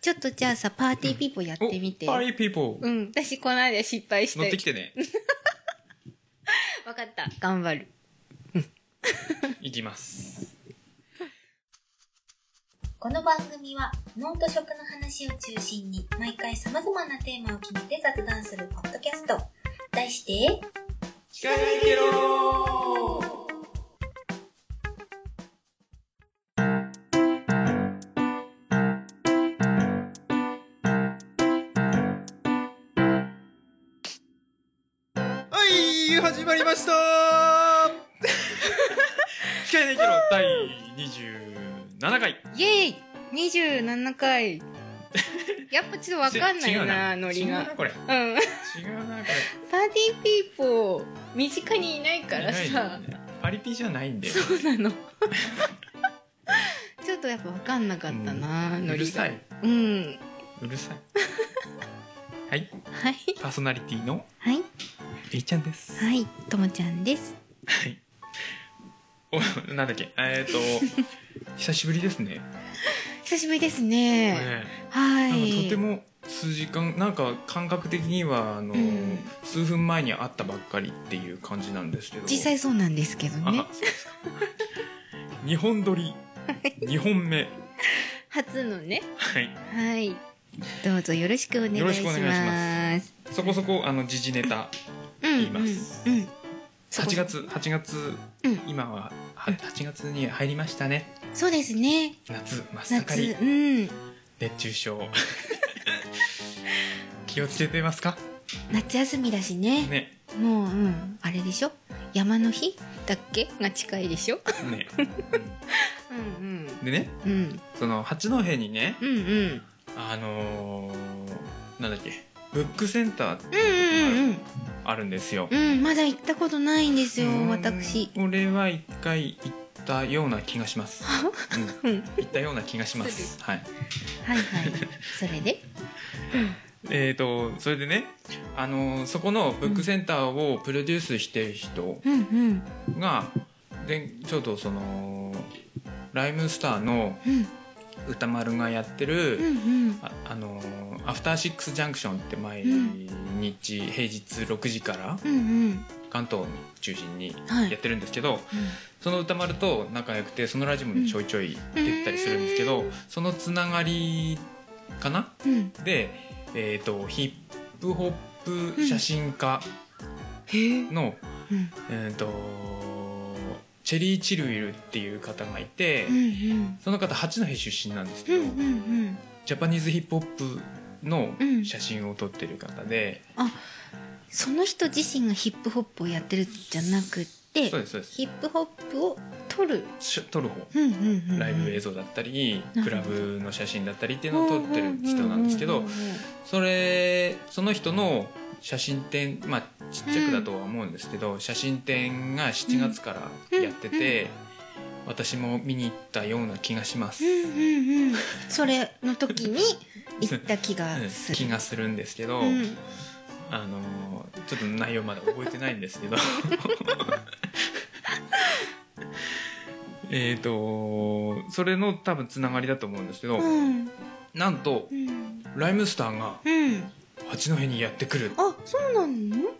ちょっとじゃあさ、パーティーピーポーやってみて。パーティーピーポー。うん。私、この間失敗して。乗ってきてね。わかった。頑張る。いきます。この番組は脳と食の話を中心に毎回様々なテーマを決めて雑談するポッドキャスト。題して、聞かないけろはい、始まりました聞かないけろ第27回。イェイ !27 回。やっぱちょっとわかんなち違ういな、ノリ違うな、が。これ。うん。パー違うな、こティーピーポー、身近にいないかれ。らさ。いないパリピじゃないんだよ。そうなの。 ちょっとやっぱわかんなかったな、うノるリさが。い。うん。うるさい。 はい、はい。パーソナリティのはい。りーちゃんです。はい。ともちゃんです。はい。お、なんだっけ、えっ、ー、と、 久しぶりですね。久しぶりですね。ねはなんい。かとても数時間、なんか感覚的には、あの、うん数分前に会ったばっかりっていう感じなんですけど。実際そうなんですけどねあ。そうですか。日本撮り、二本目。初のね。はい。はい。どうぞよろしくお願いしよまろす。しくお願いしそこそこ、あの、時事ネタ。うん言いますうん。うん。そこ8。月、8月、うん今は、は8月に入りましたね。そうですね。夏、真っ盛り夏。。うん。熱中症 気をつけてますか夏休みだしね。ねもう、うん。あれでしょ山の日だっけが近いでしょね、うんうんでねうん。うん。その八戸にねうんうん。あのー、なんだっけブックセンターってうんうんうんあるんですよ、うん。うん。まだ行ったことないんですよ、うん私。俺は一回行ったような気が します、うんうん。行ったような気がしますはいはい はい。それでえー、とそれでね、あのーそこのブックセンターをプロデュースしてる人うんうん。が、でちょっとそのライムスターのうん歌丸がやってる、うんうん。ああのーアフターシックスジャンクションって毎日、平日6時からうんうん。関東中心にはいやってるんですけど、その歌丸と仲良くてそのラジオにちょいちょい出てたりするんですけど、そのつながりかなうん。うん。で、えー、とヒップホップ写真家へえ。の、うん。えー、とチェリー・チルウィルっていう方がいて、うんその方八戸出身なんですうん。うけど、んうんうん。ジャパニーズヒップホップの写真を撮ってる方で。その人自身がヒップホップをやってるじゃなくってそうですそうですヒップホップを撮る、し撮る方うんうんうんうん、ライブ映像だったり、うんクラブの写真だったりっていうのを撮ってる人なんですけうどんうんうんうそれその人の写真展まあちっちゃくだとは思うんですけど、写真展が7月からやってて、私も見に行ったような気がします、んうんうんそれの時に行った気がうんする気がするんですけど、うんあのーちょっと内容まだ覚えてないんですけ どえっとそれの多分つながりだと思うんですけど、うんなんとうんライムスターがうん八戸にやってくるあそうなの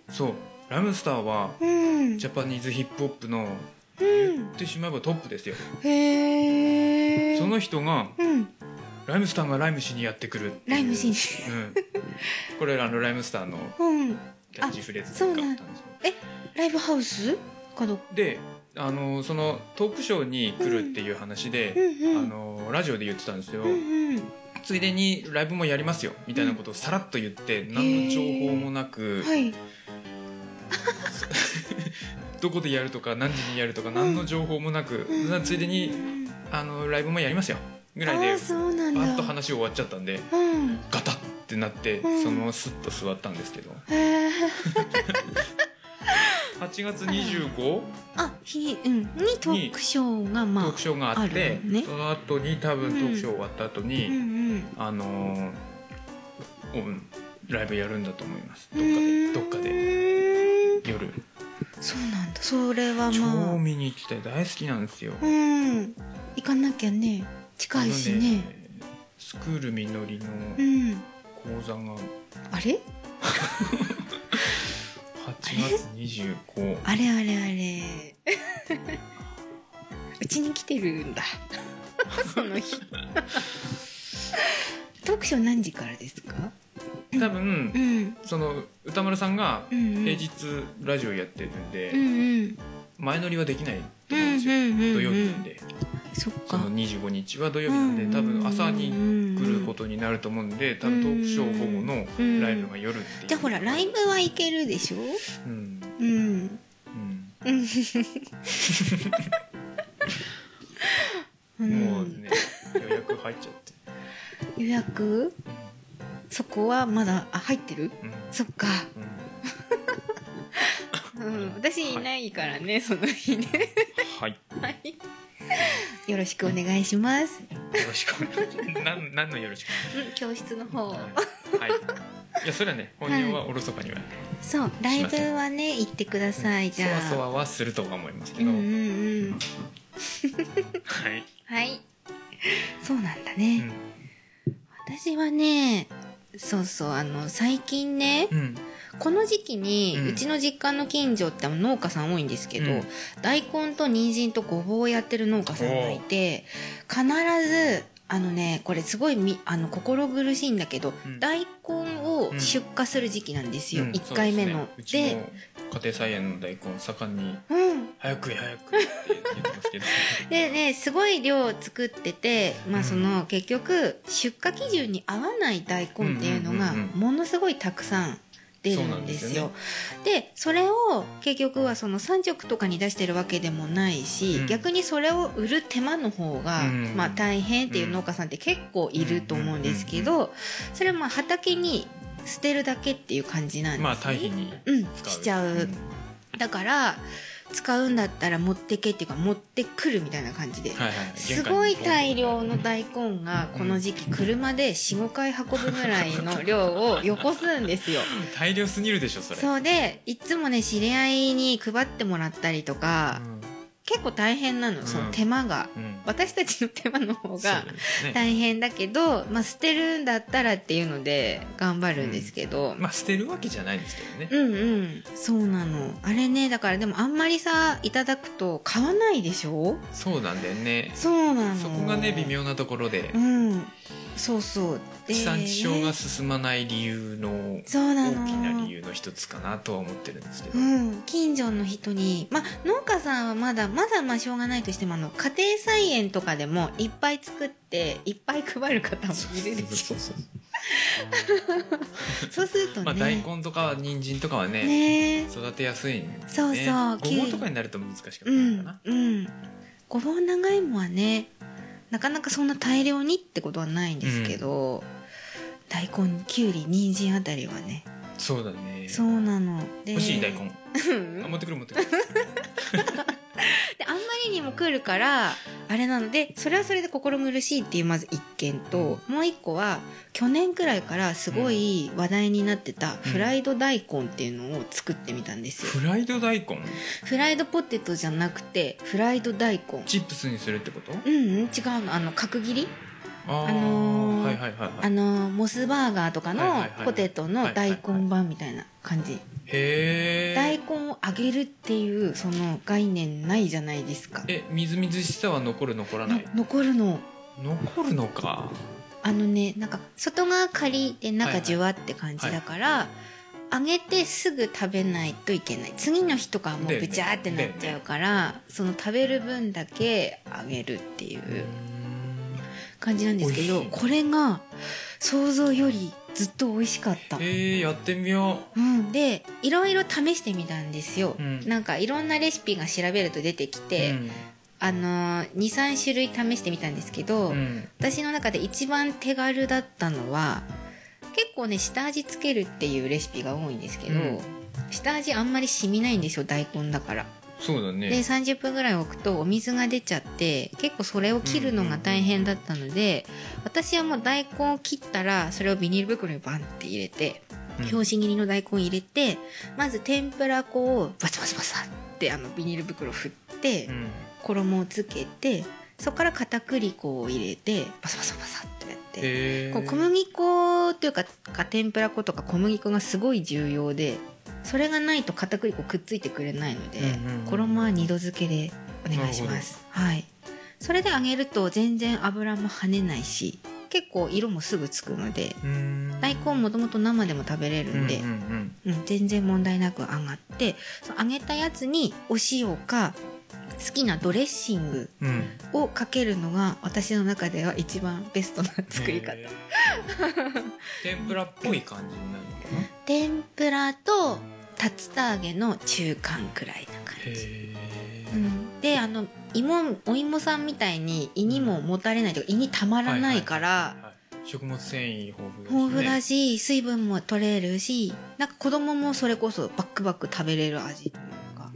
そうライムスターはうんジャパニーズヒップホップのうん言ってしまえばトップですよへえその人がうんライムスターがライムしにやってくるっていうライムシーンうんこれあのライムスターのうんキャッチフレーズとかあったんですよライブハウスかどうかであのそのトークショーに来るっていう話うで、んうんあのラジオで言ってたんですけど、うんうんついでにライブもやりますよみたいなことをさらっと言って何の情報もなく、はいどこでやるとか何時にやるとか何の情報もなく、なついでにうんあのライブもやりますよぐらいあでーそうなんだバッと話終わっちゃったんでうんガタッてなって、うんそのままスッと座ったんですけどへー8月25あ、ひ、うん、にトークショーがトまあ、ークショーがあっあてるねその後に多分トークショー終わった後に、うんうん。あのーうん、ライブやるんだと思いますどうっかでーんどっかで。夜そうなんだ。それはま超あ、見に行きたい大好きなんですようん、行かなきゃね、近いしね。あのスクールみのりのうん講座があれ8月25あれあれあれ うちに来てるんだ その日 トークショー何時からですか多分うんその歌丸さんがうんうん平日ラジオやってるんで、うんうん前乗りはできないとう思うんんですよ、うんうん土曜日なんでそっそかの25日は土曜日なんで、多分朝に来ることとになると思うんで多分トークショー午後のライブが夜っていう、じゃあほらライブはいけるでしょうんうんうんうんもうね予約入っちゃって予約そこはまだあ入ってるうんうんそっか、うんうん、私いないからね、その日ねはいはいよろしくお願いしますよろしくお願いしますなん何のよろしくうん教室の方はいいやそれはね本人はおろそかにはそうライブはね行ってください、じそゃわあそわはするとは思いますけうんど、うんうんはい、はいそうなんだうね、ん私はねそうそうあの最近ねうん、この時期に、ううんちの実家の近所ってあの農家さん多いんですけど、うん大根と人参とごぼうをやってる農家さんがいて必ずあのねこれすごいみあの心苦しいんだけど、うん大根を出荷する時期なんですよ、うん1回目のそう。ですねうちも家庭菜園の大根盛んにでうん早く早くって言ってますけどでねすごい量作ってて、まうんあ、その結局出荷基準に合わない大根っていうのがうんうんうんうんものすごいたくさん出るんですよ。でそれを結局はその産直とかに出してるわけでもないし、うん逆にそれを売る手間の方が、うんまあ、大変っていう農家さんって結構いると思うんですけど、それはまあ畑に捨てるだけっていう感 じなんですね。まあ堆肥にうん、使うしちゃうだから使うんだったら持ってけっていうか持ってくるみたいな感じで、はいはい、すごい大量の根大根がこの時期車で45回運ぶぐらいの量をよこすんですよ。大量すぎるでしょ それう、そうでいつもね知り合いに配ってもらったりとか、結構大変なうのんその手間が、んうん、私たちの手間の方がそうですね大変だけど、まあ、捨てるんだったらっていうので頑張るんですけど、まあ捨てるわけじゃないんですけどね、うんうんそうなのあれねだからでもあんまりさいただくと買わないでしょそうなんだよねそうなのそこがね微妙なところでうんそうそうで地産地消がね進まない理由のそうな大のきな理由の一つかなとは思ってるんですけど、うん、近所の人に、まあ、農家さんはまだまだまあしょうがないとしてもあの家庭菜園とかでもいっぱい作っていっぱい配る方もいるでしょそうそうするとね、まあ大根とか人参とかはねね育てやすいんですそようねそうごきゅうぼうとかになると難しかったうのかんな、うんごぼう長芋はねなかなかそんな大量にってことはないんですけど、大根きゅうり人参あたりはねそうだねそうなので欲しい大根、うんあ持ってくる持ってくるであんまりにも来るからあれなのでそれはそれで心苦しいっていうまず一件ともう一個は去年くらいからすごい話題になってたフライド大根っていうのを作ってみたんですよ、 フライド大根フライドポテトじゃなくてフライド大根チップスにするってことうんうん違うのあの角切りあー、あのーはいはいはいあはいのモスバーガーとかはいはいのはいはいポテトの大根版みたいな感じへ大え根を揚げるっていうその概念ないじゃないですかえみずみずしさは残る残らなのい残るの残るのかあのねなんか外側カリではいは中いジュワって感じだから、揚げてすぐ食べないといけない次の日とかはもだうよねぐちゃーってなっちゃうから、その食べる分だけ揚げるっていうーうん感じなんですけ美ど味しいこれが想像よりずっと美味しかったえ。ー、やってみようん、でいろいろ試してみたんですよ、うんなんかいろんなレシピが調べると出てきう、て、あの23種類試してみたんですけど、うんうん、私の中で一番手軽だったのは結構ね下味つけるっていうレシピが多いんですけど、うん下味あんまり染みないんですよ大根だから、そうでだね30分ぐらい置くとお水が出ちゃって結構それを切るのが大変だったので、私はもう大根を切ったらそれをビニール袋にバンって入れてうん拍子切りの大根入れてまず天ぷら粉をバサバサバサってあのビニール袋振ってうん衣をつけてそこから片栗粉を入れてバサバサバサってやって。へこう小麦粉っていうかか天ぷら粉とか小麦粉がすごい重要でそれがないと片栗粉くっついてくれないので、うんうんうん衣は二度漬けでお願いしますはいそれで揚げると全然油も跳ねないし結構色もすぐつくので大根もともと生でも食べれるんで、ううんんうんうん全然問題なく揚がってその揚げたやつにお塩か好きなドレッシングうん、をかけるのが私の中では一番ベストな作り方へー天ぷらっぽい感じになるの かな天ぷらと竜田揚げの中間くらいな感じ、へうえ、ん、であの芋お芋さんみたいに胃にももたれないというか胃にたまらないから、はいはい食物繊維豊富ですね豊富だし水分も取れるしなんか子供もそれこそバックバック食べれる味というか、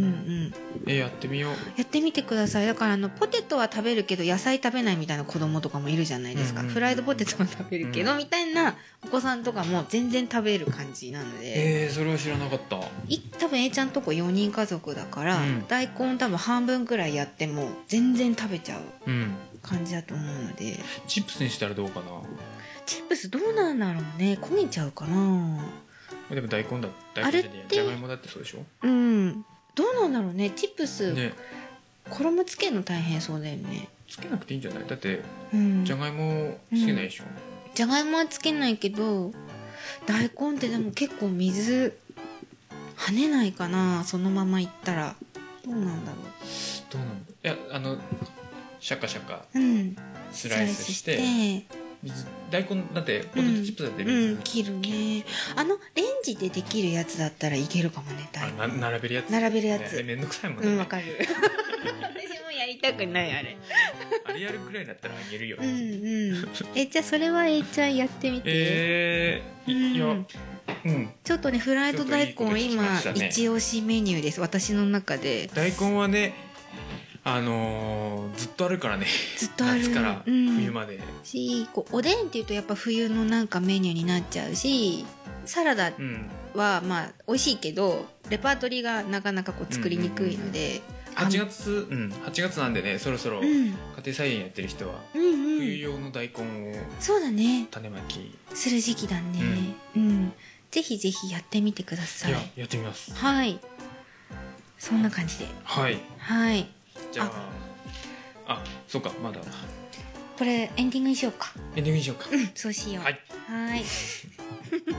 うんんうん、えやってみようやってみてくださいだからあのポテトは食べるけど野菜食べないみたいな子供とかもいるじゃないですか、うんうんフライドポテトは食べるけど、うんみたいなお子さんとかも全然食べる感じなので。えー、それは知らなかったい多分 A ちゃんとこ4人家族だから、うん大根多分半分くらいやっても全然食べちゃううん感じだと思うのでチップスにしたらどうかなチップスどうなんだろうね焦げちゃうかなでも大根だ大あれ根ってじゃねえじゃがいもだってそうでしょうんどうなんだろうねチップス、ね衣つけるの大変そうだよねつけなくていいんじゃないだってうんじゃがいもつけないでしょ、じゃがいもはつけないけど大根ってでも結構水跳ねないかなそのままいったらどうなんだろどうなんだいやあのシャカシャカううんスライスしてスライスして水大根だってポテトチップスだって水、うん、切るねあのレンジでできるやつだったらいけるかもねあ大な根並べるやつ並べるやつねめんどくさいもんうね、んわかる私もやりたくないあれあれやるくらいだったらあげるよ、うんうんえじゃあそれはえちゃんやってみて、えー、いいや、ううんん、ちょっとねフライド大ちょっと根いいこと聞き今ましたね一押しメニューです私の中で大根はね、あのーずっとあるからね、ずっとある夏からうん冬まで。しこうおでんっていうとやっぱ冬のなんかメニューになっちゃうしサラダうん、はまあ美味しいけどレパートリーがなかなかこう作りにくいので、あ8月、うん、8月なんでね、そろそろうん家庭菜園やってる人は、うんうん冬用の大根をそうだね種まき、する時期だね、うんぜひぜひやってみてくださいいや、やってみます。はいそんな感じではい、はいじゃあ、あそうか、まだこれエンディングにしようかエンディングにしようか。うんそうしようはい、はーい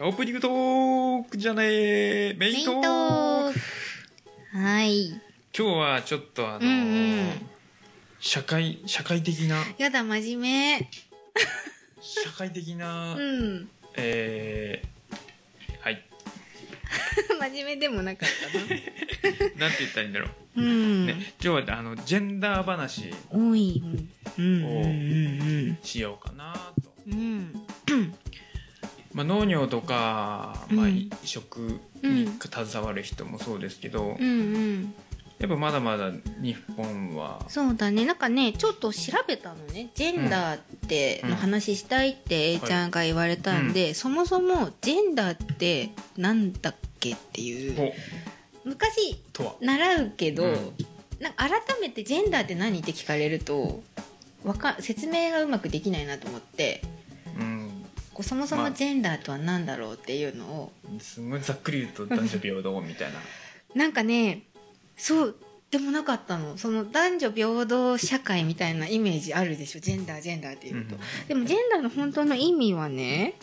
オープニングトークじゃねえ、メメイイントトーク。ークはい今日はちょっとあのーうんうん社会社会的なやだ真面目社会的な、うん えーはい真面目でもなかった ななんて言ったらいいんだろうん、う、ね、今日はあのジェンダー話多いうんうんうんうんしようかなと、うんまあ、農業とか、まあ、うん食に携わる人もそうですけど、うんうんやっぱまだまだ日本はそうだねなんかねちょっと調べたのねジェンダーっての話したいって A ちゃんが言われたんで、そもそもジェンダーってなんだっけっていうお昔とは習うけど、うんなんか改めてジェンダーって何って聞かれるとわか説明がうまくできないなと思ってうんこうそもそまもあジェンダーとは何だろうっていうのをすごいざっくり言うと男女平等みたいななんかねそうでもなかったのその男女平等社会みたいなイメージあるでしょジェンダージェンダーっていうと、でもジェンダーの本当の意味はね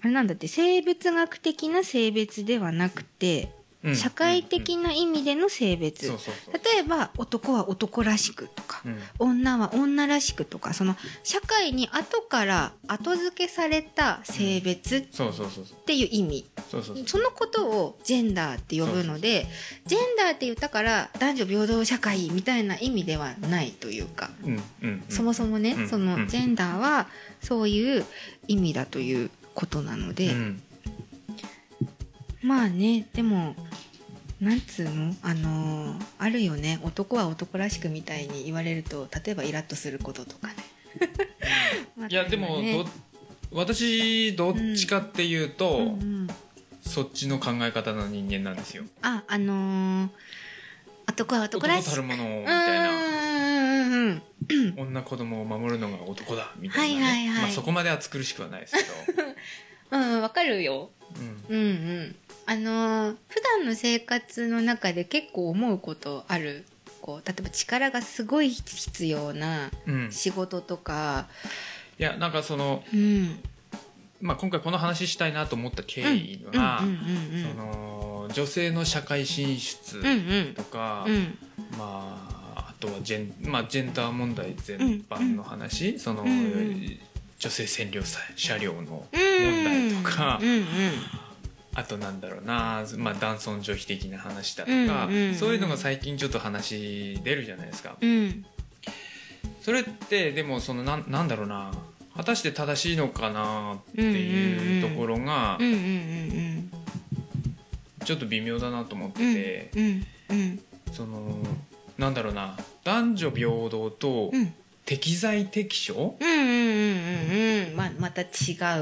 あれなんだって生物学的な性別ではなくてうん社会うん的な意味での性別、そうそうそう、例えば男は男らしくとか、うん女は女らしくとかその社会に後から後付けされた性別っそうそうそうそうていう意味そうそうそうそのことをジェンダーって呼ぶのでジェンダーって言ったから男女平等社会みたいな意味ではないというか、うんうんうんそもそもね、うんそうんのジェンダーはそういう意味だということなので、うんまあねでもなんつうのあのーあるよね男は男らしくみたいに言われると例えばイラッとすることとかね まあいやでも、ねど私どっちかっていうと、うんうんそっちの考え方の人間なんですよ。ああのー男は男男らしくたるものうんみうんたいな。うんうんうん女子供を守るのが男だみたいな、ねはいはいはいまあ、そこまで暑苦しくはないですけ ど、うんうんわかるようん、うんうんあのー普段の生活の中で結構思うことあるこう例えば力がすごい必要なうん、い仕事とかやなんかその、うんまあ、今回この話したいなと思った経うん緯は、うんうんその女性の社会進出うんうんとか、うんうんまあ、あとはジェン、まあ、ジェンダー問題全般の話、その、うんうん女性占領車両のうん問題とか、うんうんあとなんだろうな、まあ、男尊女卑的な話だとか、うんうんそういうのが最近ちょっと話出るじゃないですか。うんそれってでもそのなんなんだろうな果たして正しいのかなっていうところがうんうんうんちょっと微妙だなと思ってうんて、うんうんそのなんだろうな男女平等とうん適材適所うんうんうんうんうんままた違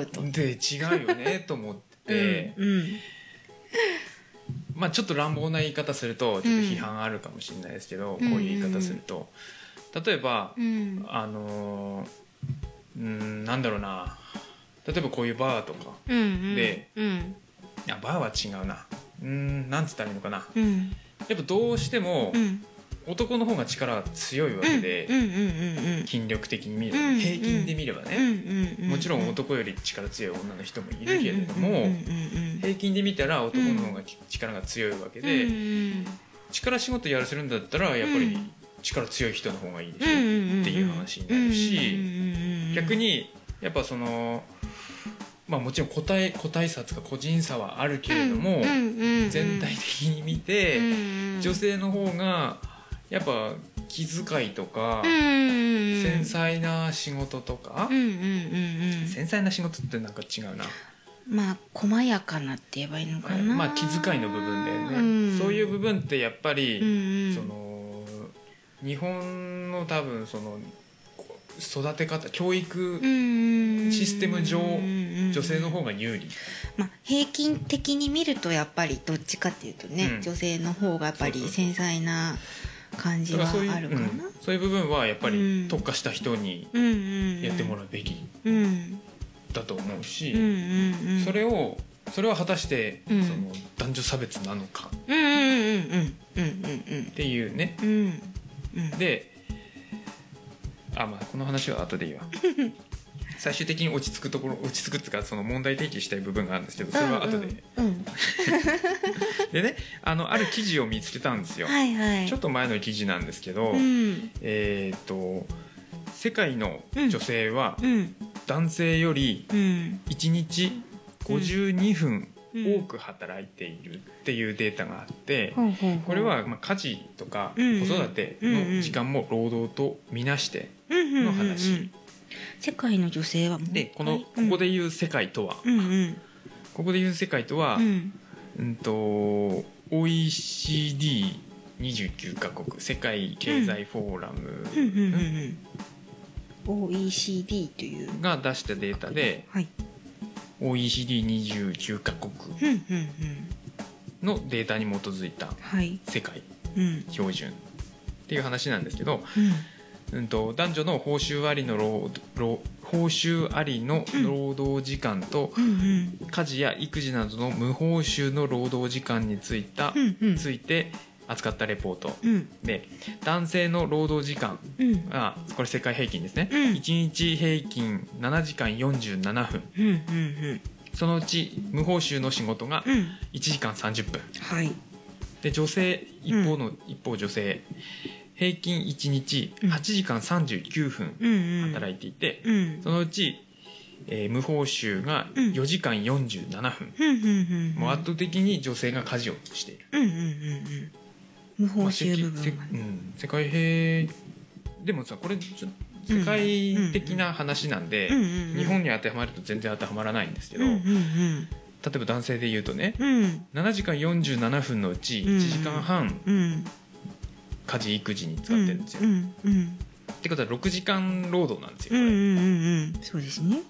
うとで違うよねと思って、うんうんまあちょっと乱暴な言い方するとちょっと批判あるかもしれないですけど、うんこういう言い方すると例えばうんあのうんなんだろうな例えばこういうバーとかうんうんでうんいやバーは違うなうーんなんつったらいいのかなうんやっぱどうしてもうん男の方が力が強いわけで、うんうんうんうん筋力的に見れば、うん平均で見ればうんね、うんうんもちろん男より力強い女の人もいるけれども、うんうんうん平均で見たら男の方が力が強いわけうんで、うん力仕事やらせるんだったらやっぱり力強い人の方がいいでしょ、っていう話になるし逆にやっぱそのまあもちろん個体個体差とか個人差はあるけれども、全体的に見て。女性の方がやっぱ気遣いとか、繊細な仕事とか、うんうんうんうん繊細な仕事ってなんか違うな、まあ細やかなって言えばいいのかなまあ気遣いの部分だよね、うんそういう部分ってやっぱうんり、うんその日本の多分そのこ育て方教育、システム上女性の方が有利、まあ、平均的に見るとやっぱりどっちかっていうとね、うん女性の方がやっぱそうりそうそう繊細な感じだかはらそういうあるかなうんそういう部分はやっぱうりん特化した人にうんうんうんやってもらうべきうんうんだと思うし、うんうんそれをそれは果たして、うんその男女差別なのかうんうんうんうんうんうんっていうねうんうんうんであまあこの話は後でい いわ最終的に落ち着くところ落ち着くっていうかその問題提起したい部分があるんですけどそれは後で、うんうんでねあのある記事を見つけたんですよ、はいはいちょっと前の記事なんですけど、うんえーっと世界の女性はうん男性よりうん1日52分うん多く働いているっていうデータがあって、ほうほうほうこれはまあ家事とかうん子育ての時間も労働とみなしてのの話、世界の女性はもうでこのここで言う世界とは、うんうんここで言う世界とはう、んうん、と OECD29 カ国世界経済フォーラうんうんうんうムん OECD というが出したデータではい OECD29 カ国うんうんうんのデータに基づいたはい世界うん標準っていう話なんですけど、うんうん、と男女の報酬ありの労労報酬ありの労働時間と、うん家事や育児などの無報酬の労働時間についた、うんうんついて扱ったレポートうんで男性の労働時間うんあこれ世界平均ですね、うん一1日平均7時間47分うんうんうんそのうち無報酬の仕事がうん1時間30分はいで女性一方の、一方女性平均1日うん8時間39分うんうん働いていて、うんそのうち、えー無報酬が4時間47う分、んうんうんもう圧倒的に女性が家事をしているうんうんうんうん無報まあ酬部分がせきせうねん、世界平でもさこれちょ世界的な話なんで、うんうんうん日本に当てはまると全然当てはまらないんですけうど、んうんうん例えば男性で言うとねうん7時間47分のうちうん1時間半うん家事育児に使ってるんですよ、うんうんってことは6時間労働なんですようんうんうこれ、んうんそうですね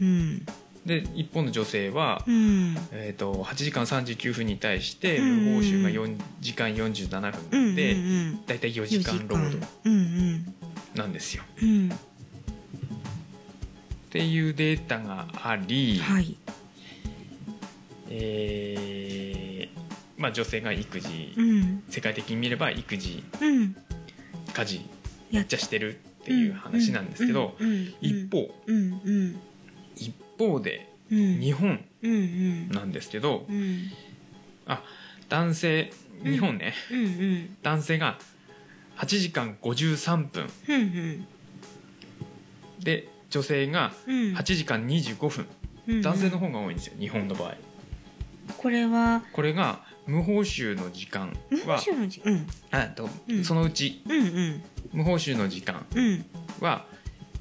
うんうんで一方の女性は、うんえー、と8時間39分に対してうんうん無報酬が4時間47うんう分なんんで、うんだいたい4 4時間労働うんなんですよ。うんうんっていうデータがあり、はいえーまあ、女性が育児、うん世界的に見れば育児うん家事ややっっちゃしてるっていう話なんですけど、うんうん一方うんうん一方でうん日本うんうんなんですけどうん男性うん日本ね、うんうん男性が8時間53分うんうんで女性がうん8時間25分。うん男性の方が多いんですよ日本の場合これはこれが無報酬の時間無報は酬の時うんあと、うんそのうちうんうん無報酬の時間うんは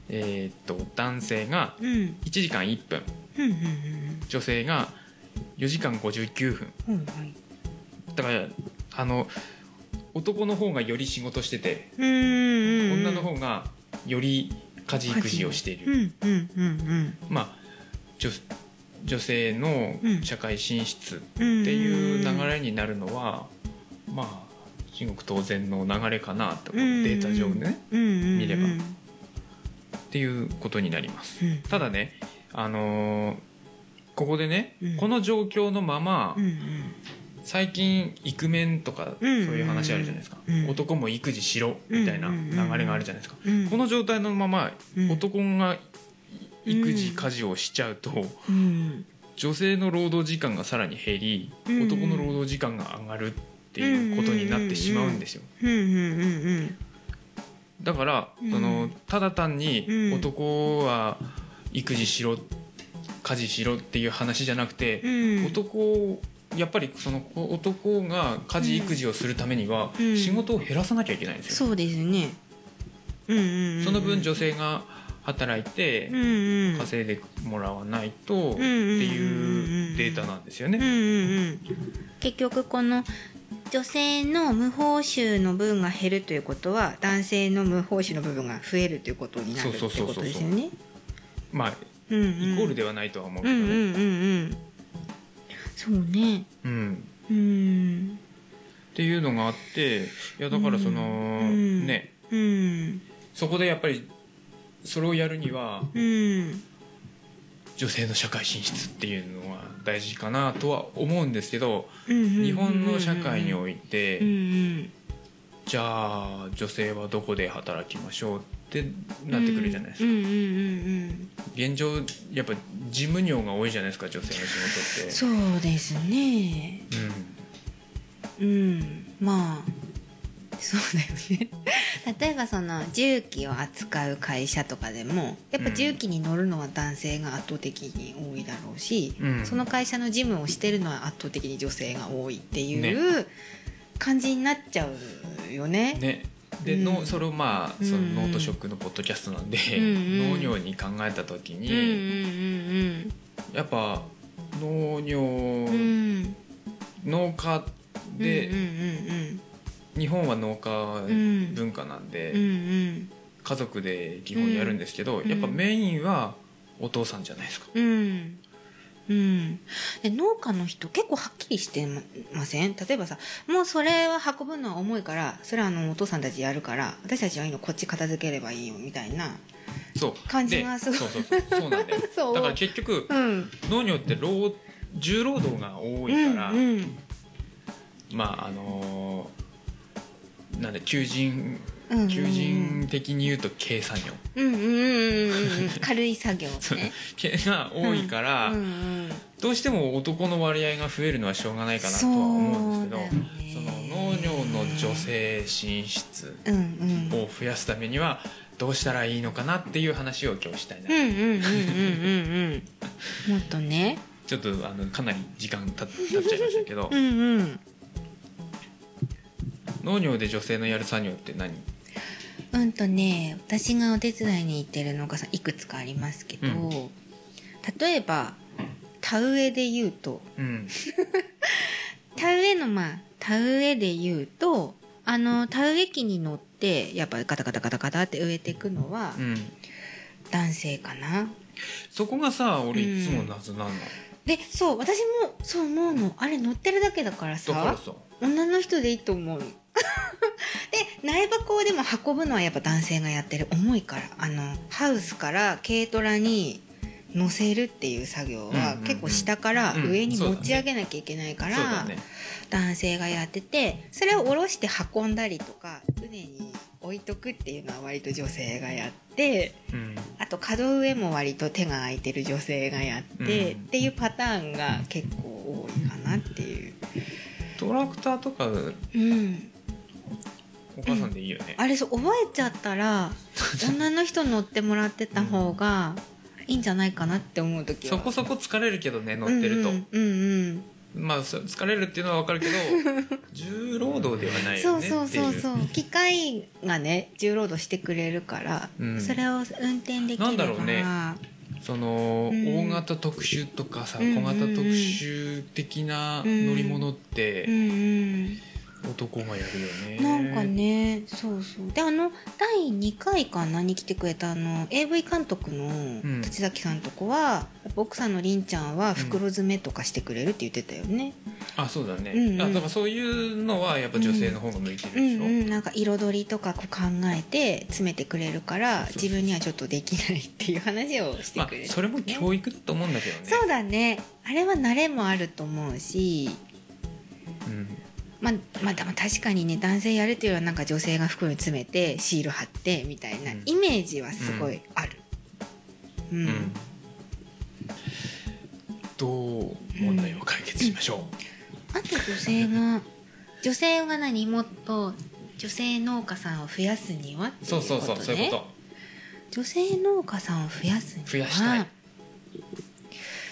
えーっと男性がうんうん1時間1分うん女性が4時間59分うんうんはいだからあの男の方がより仕事してて、うんうん女の方がより家事育児をしている、うんうんうんまあ女女性の社会進出うんっていう流れになるのは、まあ中国当然の流れかなってこうデータ上ね、見見ればっていうことになりますうんただねあのーここでね、うんこの状況のまま、うんうん最近イクメンとかそういう話あるじゃないですか、うん男も育児しろみたいなうん流れがあるじゃないですか、うんこの状態のままうん男が育児うん家事をしちゃうとうん女性の労働時間がさらに減りうん男の労働時間が上がるっていうことになってしまうんですようんうんうんだからうんそのただう単にん男は育児しろ家事しろっていう話じゃなくてうん男をやっぱりその男が家事育児をするためにはうん仕事を減らさなきゃいけないんですよ。そうですねうんうんうんその分女性が働いてうんうん稼いでもらわないとってうんういんうデータなんですようんね。うんうん結局この女性の無報酬の分が減るということは男性の無報酬の部分が増えるということになるってそうそうこそとうそでうすよね。まあイコイコールでではないとは思ううけどんうんね。うんうんそうねうんうんっていうのがあっていやだからそのうんねうんそこでやっぱりそれをやるにはうん女性の社会進出っていうのは大事かなとは思うんですけど日日本の社会においうんてじゃあ女性はどこで働きましょうってうんなってくるじゃないですうかんうんうんうん現状やっぱ事務業が多いじゃないですか女性の仕事っそうですねて。うんうんまあそうだよ ね例えばその重機を扱う会社とかでもやっぱ重機に乗るのは男性が圧倒的に多いだろうし、うんその会社の事務をしてるのは圧倒的に女性が多いっていう感じになっちゃうよね。ねでうんのそれをまあそのうんノートショックのポッドキャストなんでんうん農業に考えた時うんうんにやっぱ農業うんうん農家うんうんでうん日本は農家うん文化なんで、うんうん家族で基本やるんですけど、うんやっぱメインはお父さんじゃないですか。うんうん、で農家の人結構はっきりしてまません例えばさもうそれは運ぶのは重いからそれはあのお父さんたちやるから私たちはいいのこっち片付ければいいよみたいなそう感じがすごいでそうそうそうそうなんだよ そうだから結局うん農業って労重労働が多いから、うんうんまああのーなんで求人うん求人的に言うと軽作業、うんうんうんうんうんうん軽い作業 そうね軽が多いから、うんうんどうしても男の割合が増えるのはしょうがないかなとは思うんですけどそうだよねその農業の女性進出うんうんを増やすためにはどうしたらいいのかなっていう話を今日したいな、うんうんうんうんうんうんもっとねちょっとあのかなり時間た経っちゃいましたけどうんうん農業で女性のやる作業って何うんとね私がお手伝いに行ってるのがさいくつかありますけど、うん例えば田田植えで言うとうん田植えのまあ田植えで言うとあの田植え機に乗ってやっぱガタガタガタガタって植えていくのはうん男性かな。そこがさ俺いつも謎なの、でそう私もそう思うのあれ乗ってるだけだからだからささ女の人でいいと 思うで苗箱をでも運ぶのはやっぱ男性がやってる重いからあのハウスから軽トラに乗せるっていう作業うんうんはうん結構下から上にうんそうだ持ねち上げなきゃいけないかそうだらね男性がやっててそれを下ろして運んだりとか船に置いとくっていうのは割と女性がやって。うんあと角上も割と手が空いてる女性がやって、うんっていうパターンが結構多いかなっていう、トラクターとかうん、お母さんでいいよね、あれそう覚えちゃった ら女の人乗ってもらってた方がいいんじゃないかなって思う時はそこそこ疲れるけどね乗ってると、うんうん、うんまあそ疲れるっていうのは分かるけ ど重労働ではう、なんいそようねそうってそういうそう機械がね重労働してくれるから、うんそれを運転できるからなんだろうねその、うん大型特集とかさうんうん小うん型特集的な乗り物っうてんうん男がやるよね、なんかね、そうそう。で、あの、第2回かなに来てくれた、あの、AV 監督のん立崎さんとこは、やっぱ奥さんのりんちゃんは袋詰めとかしてくれるって言ってたよね。あそうだね、うんうんあだからそういうのはやっぱ女性の方が向いてるうでしんょ、うん、なんか彩りとかこう考えて詰めてくれるから、そうそうそう自分にはちょっとできないっていう話をしてまあくれる、それも教育だと思うんだけどねそうだね。あれは慣れもあると思うし、うんまあ、まあ、でも確かにね男性やるっていうよりはなんか女性が袋に詰めてシール貼ってみたいなうんイメージはすごいある。うんうんどう問題を解決しましょあと女性が 女性が何もっと女性農家さんを増やすにはっていう、うそうそうこそうとそういうねこ女性農家さんを増やすには増やしたい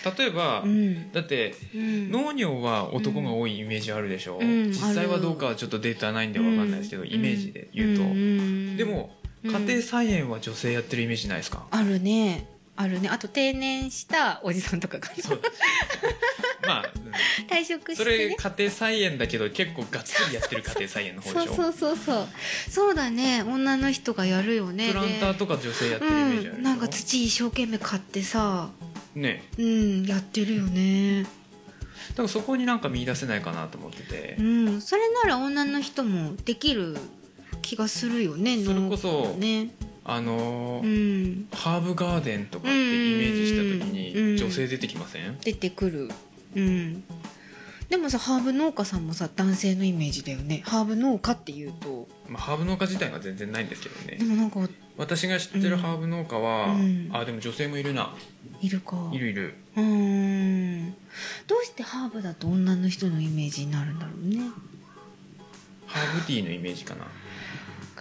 と例えば、うんだってうん、農業は男が多いイメージあるでしょ、うん実際はどうかはちょっとデータないんでわかんないですけど、うんイメージで言うと、んんでもうん家庭菜園は女性やってるイメージないですか、あるねあるねあと定年したおじさんとかが そうだねまあ、うん退職してそねれ家庭菜園だけど結構がっつりやってる家庭菜園の方でそうしょそうそうそうそうだね女の人がやるよねプランターでとか女性やってるイメージあるでしょ、うん、なんか土一生懸命買ってさねうんやってるよねだからそこになんか見出せないかなと思っててう、んそれなら女の人もできる気がするよねそれこそ、農ねあのうーんハーブガーデンとかってイメージした時うんうんうにん女性出てきません出てくるうんでもさハーブ農家さんもさ男性のイメージだよねハーブ農家っていうとまあ、ハーブ農家自体が全然ないんですけどでねもなんか私が知ってるハーブ農家は、うんあでも女性もいるないるかいるいるうんどうしてハーブだと女の人のイメージになるんだろうねハーブティーのイメージかな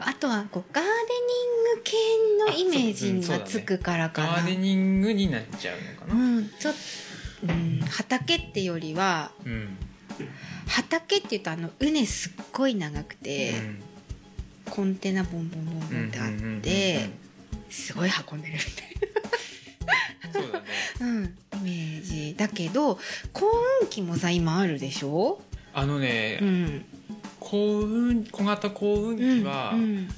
あとはこうガーデニング系のイメージがつくからかな。ガーデニングになっちゃうのかうな、ん、ちょっと、うん、畑ってよりはうん畑っていうとあの畝すっごい長くて、うんコンテナボンボンボンボンってあうんうんうんうんうっんてすごい運んでるみそうだねたい な、うん、イメージだけど幸運期もさ今あるでしょ、あのね、うん、幸運小型幸運うん機はうん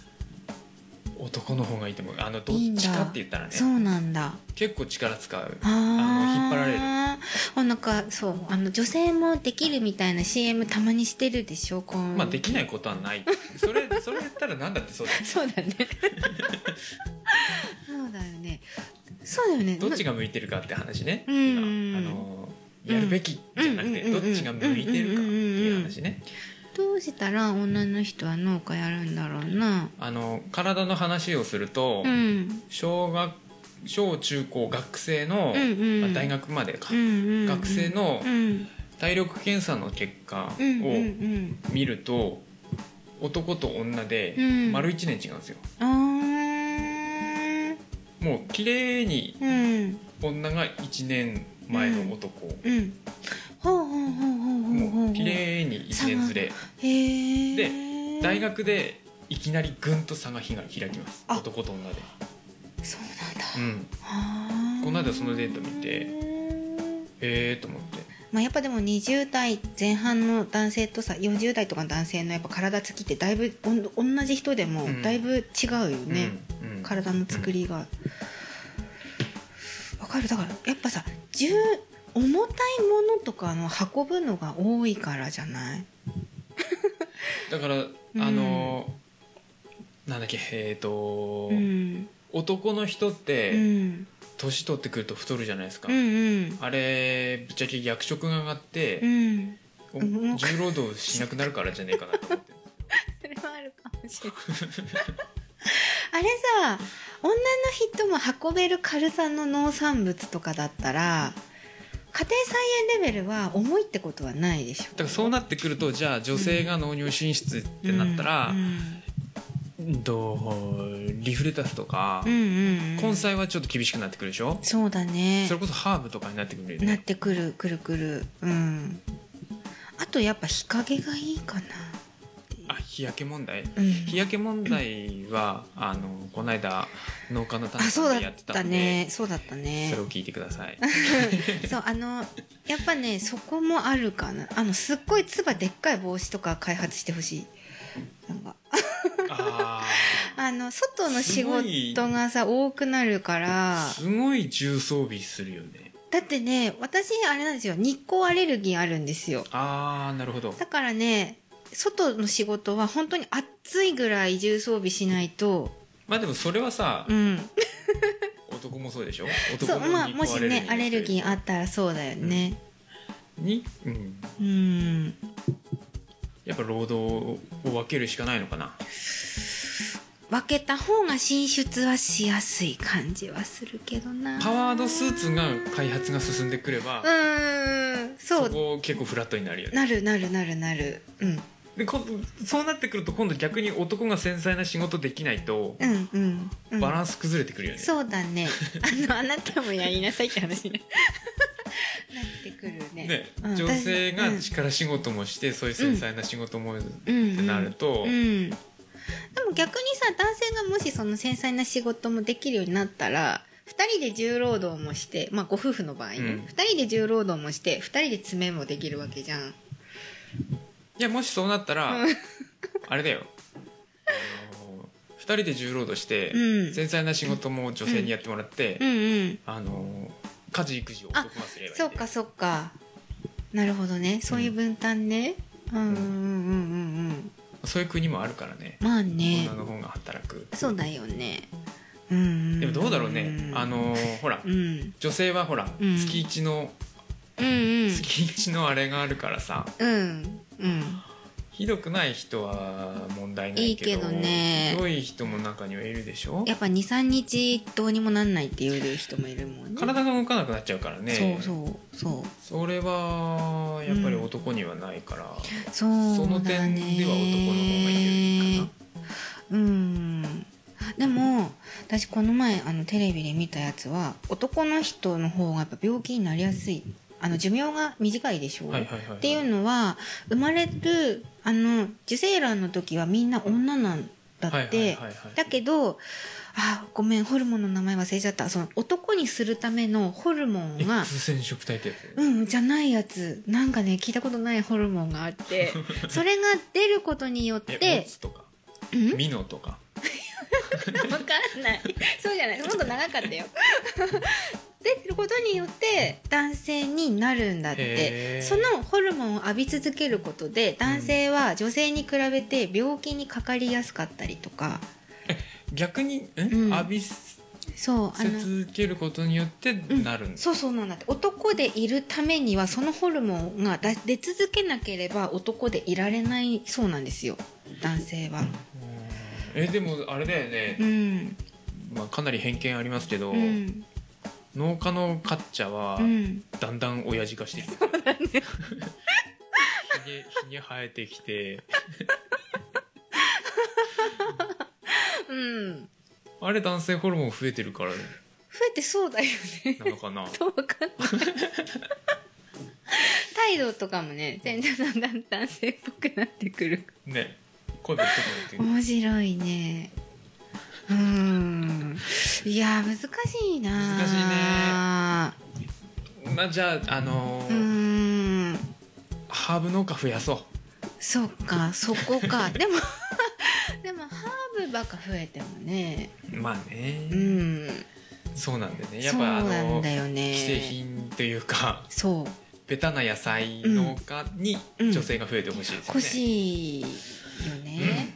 男の方がいいと思うあのどっいいんだちかって言ったらねそうなんだ結構力使うあーあの引っ張られるあなんかそうあの女性もできるみたいな CM たまにしてるでしょこうまあできないことはないそれそれ言ったらなんだってそうだよ そうだ ねそうだよねそうだよねどっちが向いてるかって話ね、うん今あのやるべきじゃなくてうんどっちが向いてるかっていう話ねどうしたら女の人は農家やるんだろうなあの体の話をすると、うん小学小中高学生の、うんうんまあ、大学までか、うんうんうん学生のうん体力検査の結果うんうんうをん見ると男と女でうん丸1年違うんですよ、あーもう綺麗にうん女が1年前の男、うんほうほうほうほうほうほもうう綺麗に1年ずれへー大学でいきなりぐんと差が開きますあ男と女で、そうなんだうん、あー この間そのデータ見てえーと思ってまあ、やっぱでも20代前半の男性とさ40代とかの男性のやっぱ体つきってだいぶおん同じ人でもうんだいぶ違うよね、うんうん体の作りが。わ、かるだからやっぱさ重重たいものとかの運ぶのが多いからじゃないだからあのーなんだっけえーとうん男の人っうてん年取ってくると太るじゃないですかうんうんあれぶっちゃけ役職が上がってうんおうん重労働しなくなるからじゃねえか なと思ってそれはあるかもしれないあれさ女の人も運べる軽さの農産物とかだったら家庭菜園レベルは重いってことはないでしょだからそうなってくるとじゃあ女性が納入進出ってなったら、うんうんとリフレタスとか、うんうんうん根菜はちょっと厳しくなってくるでしょ、そうだねそれこそハーブとかになってくるよなっねてくるくるくるうんあとやっぱ日陰がいいかなあ日焼け問題うん日焼け問題はあのこの間農家のあ担そう当だでやっってたたんでねそうだったねそれを聞いてください そうあのやっぱねそこもあるかなあのすっごいつばでっかい帽子とか開発してほしいなんかあ あの外の仕事がさ多くなるからーすごい重装備するよねだってね私あれなんですよ日光アレルギーあるんですよああなるほどだからね外の仕事は本当に暑いぐらい重装備しないとまあでもそれはさう、ん男もそうでしょそ男うもまあもしねアレルギーーあったらそうだよねに、うん、うんやっぱ労働を分けるしかないのかな分けた方が進出はしやすい感じはするけどなパワードスーツが開発が進んでくればう、ーんそそうこ結構フラットになるよねなるなるなるなるうんでこそうなってくると今度逆に男が繊細な仕事できないとうんうん、うん、バランス崩れてくるよね、そうだ ねあのあなたもやりなさいって話ね なってくるねねうん女性うがん力仕事もしてそういう繊細な仕事もっうんてなると、うんでも逆にさ男性がもしその繊細な仕事もできるようになったら2人で重労働もしてまあご夫婦の場合ね、う二ん2人で重労働もして2人で爪もできるわけじゃんいやもしそうなったら、うあれだよ2人で重労働して、うん繊細な仕事も女性にやってもらって、うんうんあの家事育児を男がすればいいんでそうかそうかなるほどねそういう分担ね、うん、うんうんうんうんそういう国もあるからねまあね女の方が働くそうだよねうんでもどうだろうねあのほらうん女性はほらうん月一のうんうん月一のあれがあるからさうんうんひどくない人は問題ないけどいいけどねひどい人も中にはいるでしょやっぱ23日どうにもなんないっていう人もいるもんね体が動かなくなっちゃうからねそうそうそうそれはやっぱり男にはないから、そうその点では男の方がいいんじゃないかなうんでも私この前あのテレビで見たやつは男の人の方がやっぱ病気になりやすいあの寿命が短いでしょ、はいはいはいはいっていうのは生まれるあの受精卵の時はみんな女なんだって、はいはいはいはいだけどあごめんホルモンの名前忘れちゃったその男にするためのホルモンが X 染色体ってやつ、うんじゃないやつなんかね聞いたことないホルモンがあって それが出ることによっえオてツとかうんミノとか 分かんないそうじゃないもっと長か ったよ出ることによって男性になるんだってへーそのホルモンを浴び続けることで男性は女性に比べて病気にかかりやすかったりとか逆に、んうん浴びせそうあの続けることによってなるんです、そうそうなんだって男でいるためにはそのホルモンが出出続けなければ男でいられないそうなんですよ男性は。えでもあれだよねう、んまあ、かなり偏見ありますけど、うん農家のカッチャはうんだんだん親父化してきてる、ひげひげ生えてきてうんあれ男性ホルモン増えてるから増えてそうだよね。なのかなとわかんない。態度とかもね全然だんだん男性っぽくなってくる。ね声も低くなってる面白いね。うんいや難しいな。難しいねねんなじゃあ、あのうーーんハーブ農家増やそそっかそこ かでもでもハーブばっか増えてもねうまあね、うんそうなんだよねやそっうぱあなのんだよね既製品というかそうベタな野菜農家にうん女性が増えてほしいですよね、欲しいよね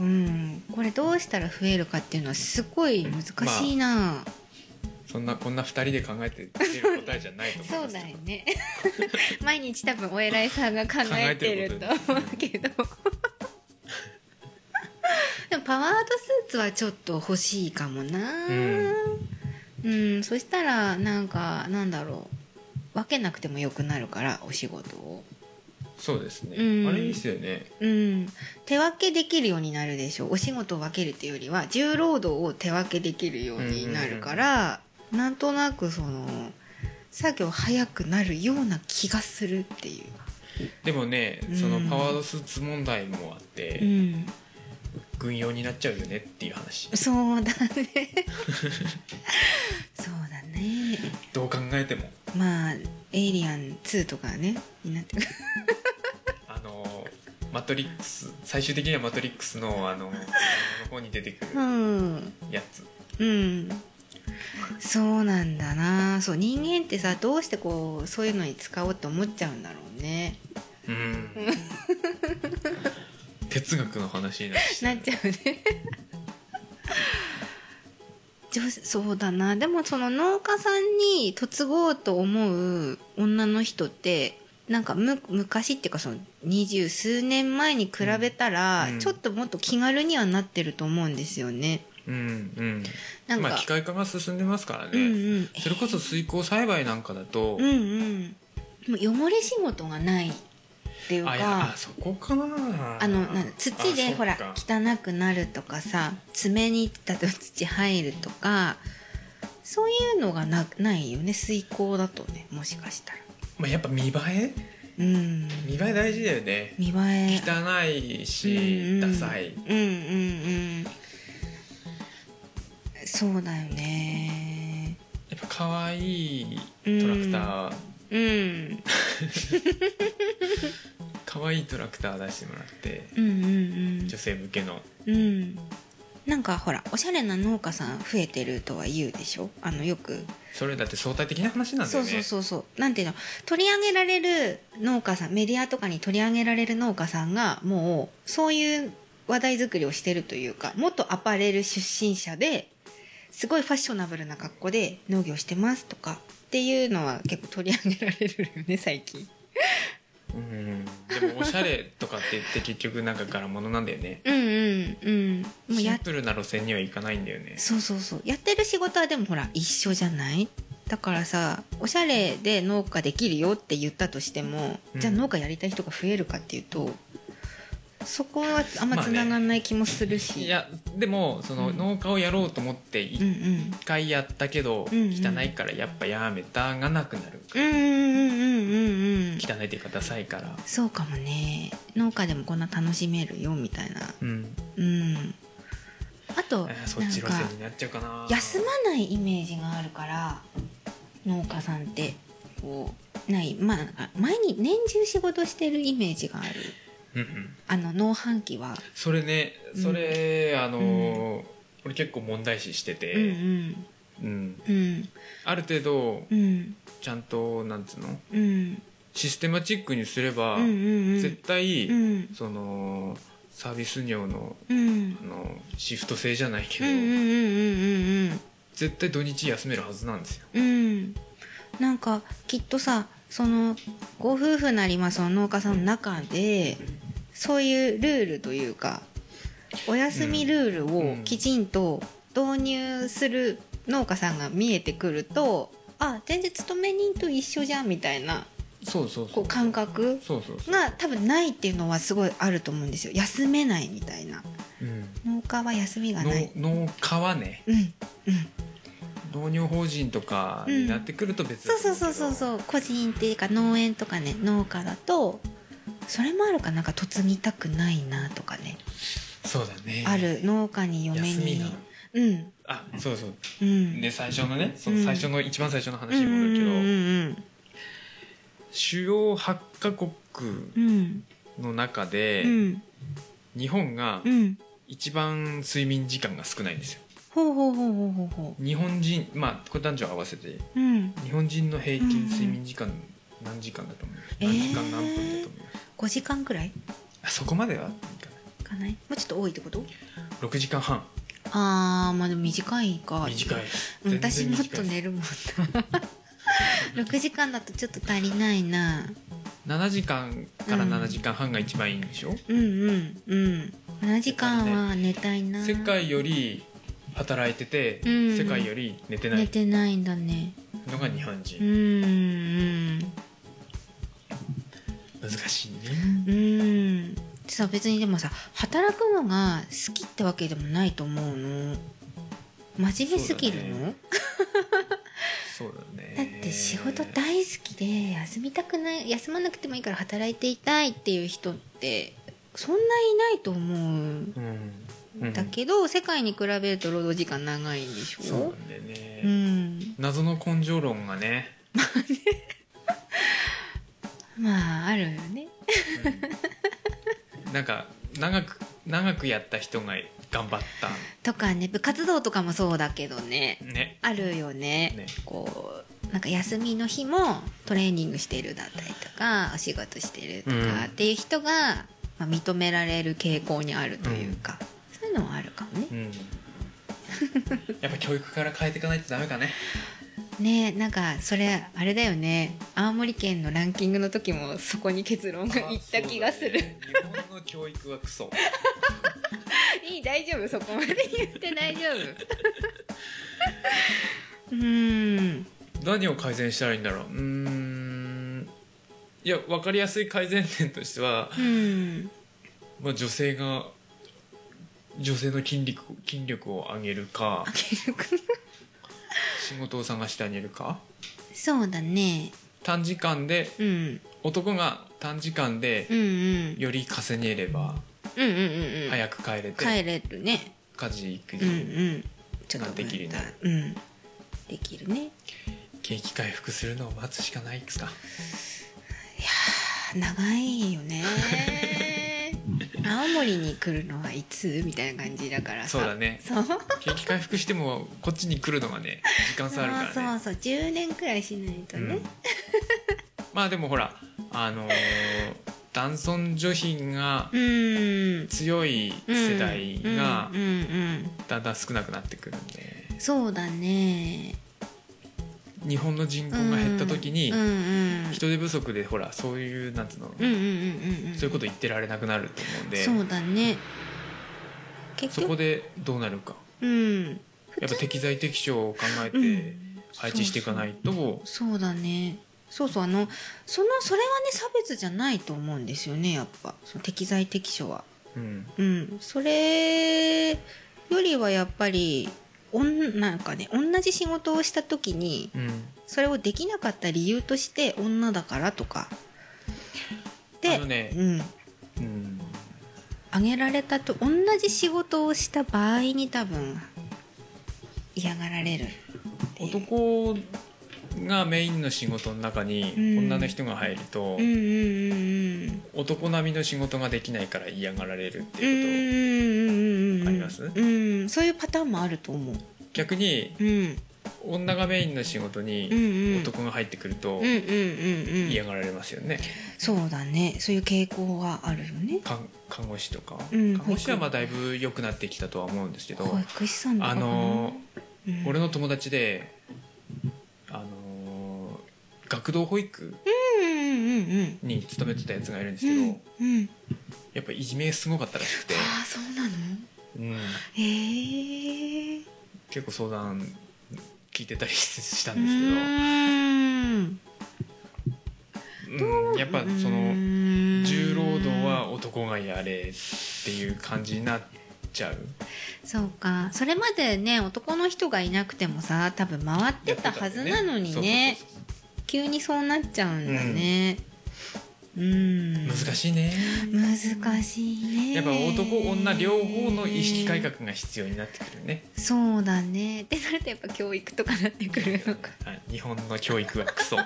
うんこれどうしたら増えるかっていうのはすごい難しいな、そんなこんな2人で考えて出る答えじゃないと思いそまうすだよね 毎日多分お偉いさんが考えてると思うけどでもパワードスーツはちょっと欲しいかもなうんうん、そしたらなんかなんだろう分けなくてもよくなるからお仕事をそうですね、うんあれいいっすよねうん手分けできるようになるでしょお仕事を分けるっていうよりは重労働を手分けできるようになるから、なんとなくその作業早くなるような気がするっていう。でもねうんそのパワードスーツ問題もあって、うん軍用になっちゃうよねっていう話そう だねそうだねどう考えてもまあ「エイリアン2」とかねになってくるあのマトリックス最終的にはマトリックスのあのあの方に出てくるうんやつ、うんそうなんだなそう人間ってさどうしてこうそういうのに使おうと思っちゃうんだろうね うん、哲学の話になってきたなっちゃうね 女子そうだなでもその農家さんに嫁ごうと思う女の人ってなんかむ昔っていうかその二十数年前に比べたら、うんちょっともっと気軽にはなってると思うんですよね。うんうなんんか、まあ機械化が進んでますからね、うんうんそれこそ水耕栽培なんかだと、うんうんもう汚れ仕事がないっていうかあいやあそこかなあのなん土あでほらそっか汚くなるとかさ爪にだと土入るとかそういうのがなないよね水耕だとねもしかしたらまあ、やっぱ見栄えうん見栄え大事だよね見栄え汚いうんうしんダサいうんうんうんそうだよねやっぱ可愛いトラクターうん可愛いトラクター出してもらってうんうん女性向けのうんうんなんかほらおしゃれな農家さん増えてるとは言うでしょあのよくそれだって相対的な話なんだそようねそうそうそうなんていうの取り上げられる農家さんメディアとかに取り上げられる農家さんがもうそういう話題作りをしてるというか元アパレル出身者ですごいファッショナブルな格好で農業してますとかっていうのは結構取り上げられるよね最近うんでもおしゃれとかって言って結局なんか柄物なんだよねうんうんうんもうシンやプルな路線にはいかないんだよねそうそうそうやってる仕事はでもほら一緒じゃないだからさおしゃれで農家できるよって言ったとしても、うんじゃあ農家やりたい人が増えるかっていうとそこはあんまつながんない気もするし、いやでもそのうん農家をやろうと思ってうん一回やったけどうんうん汚いからやっぱやめたがなくなるうんうんうんうんうんうん汚いっていうかダサいからそうかもね農家でもこんな楽しめるよみたいなうんうんあとあそっちな路んか線になっちゃうかな休まないイメージがあるから農家さんってこうないまあなんか毎日年中仕事してるイメージがあるうんうんあの農繁期は、それねそれ、あのーう俺結構問題視してて、うんうんうんうんある程度うんちゃんとなんつうのうんうんシステマチックにすれば、うんうん絶対、うんそのサービス業のうんあのシフト制じゃないけうど、んうんうん絶対土日休めるはずなんですよ。うんなんかきっとさそのご夫婦なりまあその農家さんの中でそういうルールというかお休みルールをきちんと導入する農家さんが見えてくるとあ全然勤め人と一緒じゃんみたいなそうそうそこうう感覚そうそうそう、が多分ないっていうのはすごいあると思うんですよ休めないみたいなうん農家は休みがない。の農家はねうんうん農業法人とかになってくると別そうそうそうそううそう個人っていうか農園とかね農家だとそれもあるかなんか嫁ぎたくないなとかねそうだねある農家に嫁休みにがうんあそうそううんで最初のねそうのん最初の一番最初のうんう話んに戻るけど、うん主要8カ国うんの中うで、ん日本がうん一番睡眠時間が少ないんですよほうほうほうほうほうほ日本人まあこれ男女合わせてううん日本人の平うん均睡眠時間何時間だと思いますえー何時間何分だと思います、 5時間くらいあそこまではいかかないもうちょっと多いってことない6時間半あーまあでも短いか短いうん全然私短もいっと寝るも んな6時間だとちょっと足りないな7時間から7時間半が一番いいんでしょ、うんうんうん7時間は寝たいな世界より働いてて、うん世界より寝てな寝いてないんだねのが日本う人、ん難しいねうんうんさ別にでもさ働くのが好きってわけでもないと思うの真面目すぎるのそうだ,、だそうだねって仕事大好きで休みたくない休まなくてもいいから働いていたいっていう人ってそんないないと思ううん、うん、だけど、世界に比べると労働時間長いんでしょそうなんだよね、うん、謎の根性論がね、まああるよねなんか長く長くやった人が頑張っとかね部活動とかもそうだけどねたねあるよねねこうなんか休みの日もトレーニングしてるだったりとかお仕事してるとうんかっていう人が、まあ、認められる傾向にあるというか、そういうのもあるかもね う。んやっぱ教育から変えていかないとダメかね ねえなんかそれあれだよね青森県のランキングの時もそこに結論がいった気がする。日本の教育はクソ いい大丈夫そこまで言って大丈夫うーん何を改善したらいいんだろううーんいや分かりやすい改善点としては、うんまあ、女性が女性の筋力筋力を上げるか仕事を探してあげるかそうだね短時間でうん男が短時間でうんうんより稼げればうんうんうんうん早く帰れて、帰れるね家事育うんう児んちょっとできるねまたうんできるね景気回復するのを待つしかないですかあ長いよ ね青森に来るのはいつみたいな感じだからさそうだねそう景気回復してもこっちに来るのがね時間差あ るからねそうそうそう10年くらいしないとうねん、まあでもほらあのー男尊女卑がうん強い世代がうんうんうんだんだん少なくなってくるんでうんそうだね日本の人口が減った時にうんうん人手不足でほらそういうなんつうのうんうんうんうんそういうこと言ってられなくなると思うんでそうだね結そこ局でどうなるかうんやっぱ適材適所を考えうてん配置していかないと、そうだねそうそうあのそのそれはね差別じゃないと思うんですよねやっぱその適材適所はうんうんそれよりはやっぱりおんなんかね同じ仕事をした時にうん、それをできなかった理由として女だからとかであのねうん、うん、あげられたと同じ仕事をした場合に多分嫌がられるっていう男がメインの仕事の中にうん女の人が入るうんうんと、うんうん男並みの仕事ができないから嫌がられるっうていんうんうんうんうんううこんありますうんそういうパターンもあると思う、と逆にうん、女がメインの仕事うんにうん男が入ってくるとうんうんうんうん嫌がられますよね、そうだねそういう傾向はあるよね看看護師とか、うん看護師はまあだいぶ良くなってきたとは思うんですけど、保育士さんとかあかなのうん、俺の友達であの学童保育うんうんうんうんに勤めてたやつがいるんですうけど、んうんやっぱいじめすごかったらしくて、ああそうなのうん、へえ結構相談聞いてたりしたうんですけど、ーんうんやっぱその重重労働は男がやれっていう感じになっちゃうそうかそれまでね男の人がいなくてもさ多分回ってたはずなのにねそうそうそう急にそうなっちゃうんだねうん難しいね難しいねやっぱ男女両方の意識改革が必要になってくるね、そうだねってなるとやっぱ教育とかなってくるのかはい日本の教育はクソ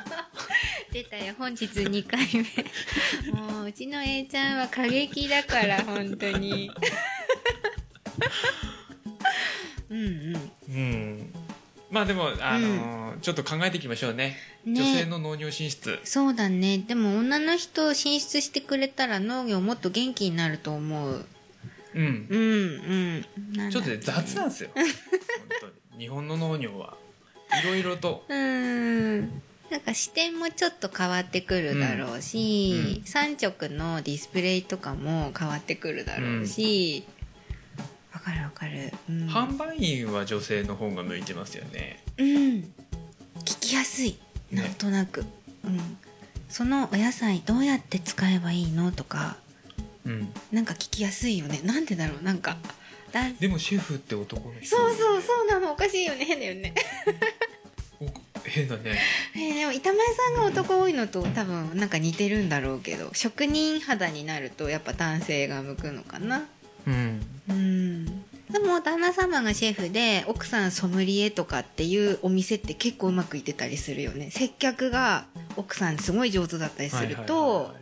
出たよ本日2回目もううちの A ちゃんは過激だから本当に うんうんうんまあでも、あのーちょっと考えていきましょうねね女性の農業進出そうだねでも女の人を進出してくれたら農業もっと元気になると思ううんうんうんなんだちょっとね雑なんですよ本当に日本の農業はいろいろとうんなんか視点もちょっと変わってくるだろううんしう、三直のディスプレイとかも変わってくるだろうしわ、かるわかる、うん、販売員は女性の方が向いてますよねうん聞きやすいねなんとなく、うん、そのお野菜どうやって使えばいいのとかうんなんか聞きやすいよねなんでだろうなんかだでもシェフって男の人そうそうそうなのおかしいよね変だよねう変だねえーでも板前さんが男多いのと多分なんか似てるんだろうけど職人肌になるとやっぱ男性が向くのかなうんうんでも旦那様がシェフで奥さんソムリエとかっていうお店って結構うまくいってたりするよね接客が奥さんすごい上手だったりすると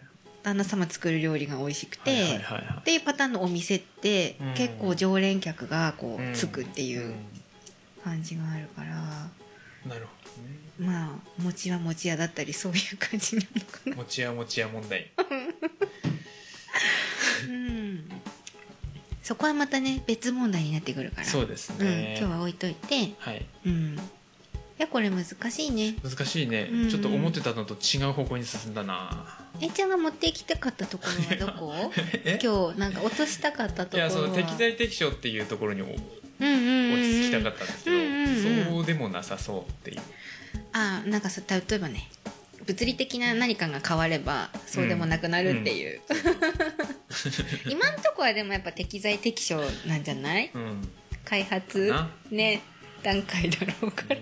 旦那様作る料理が美味しくて、はいはいはいはいっていうパターンのお店ってうん結構常連客がこうんうつくっていう感じがあるから、うんなるほまあ餅は餅屋だったりそういう感じなのかどね持ち屋持ち屋問題な、うん、そこはまたね別問題になってくるからそうですうん、ね、今日は置いといてはいうんいやこれ難しいね難しいね、うんちょっと思ってたのと違う方向に進んだなえちゃんが持っていきたかったところはどこ え今日なんか落としたかったといころはやその適材適所っていうところにお落うんうんうんうんち着きたかったんですけど、うんうんうんそうでもなさそうっていうあなんかさ例えばね物理的な何かが変わればそうでもなくなるっていう、 今んとこはでもやっぱ適材適所なんじゃないうん開発なね段階だろうから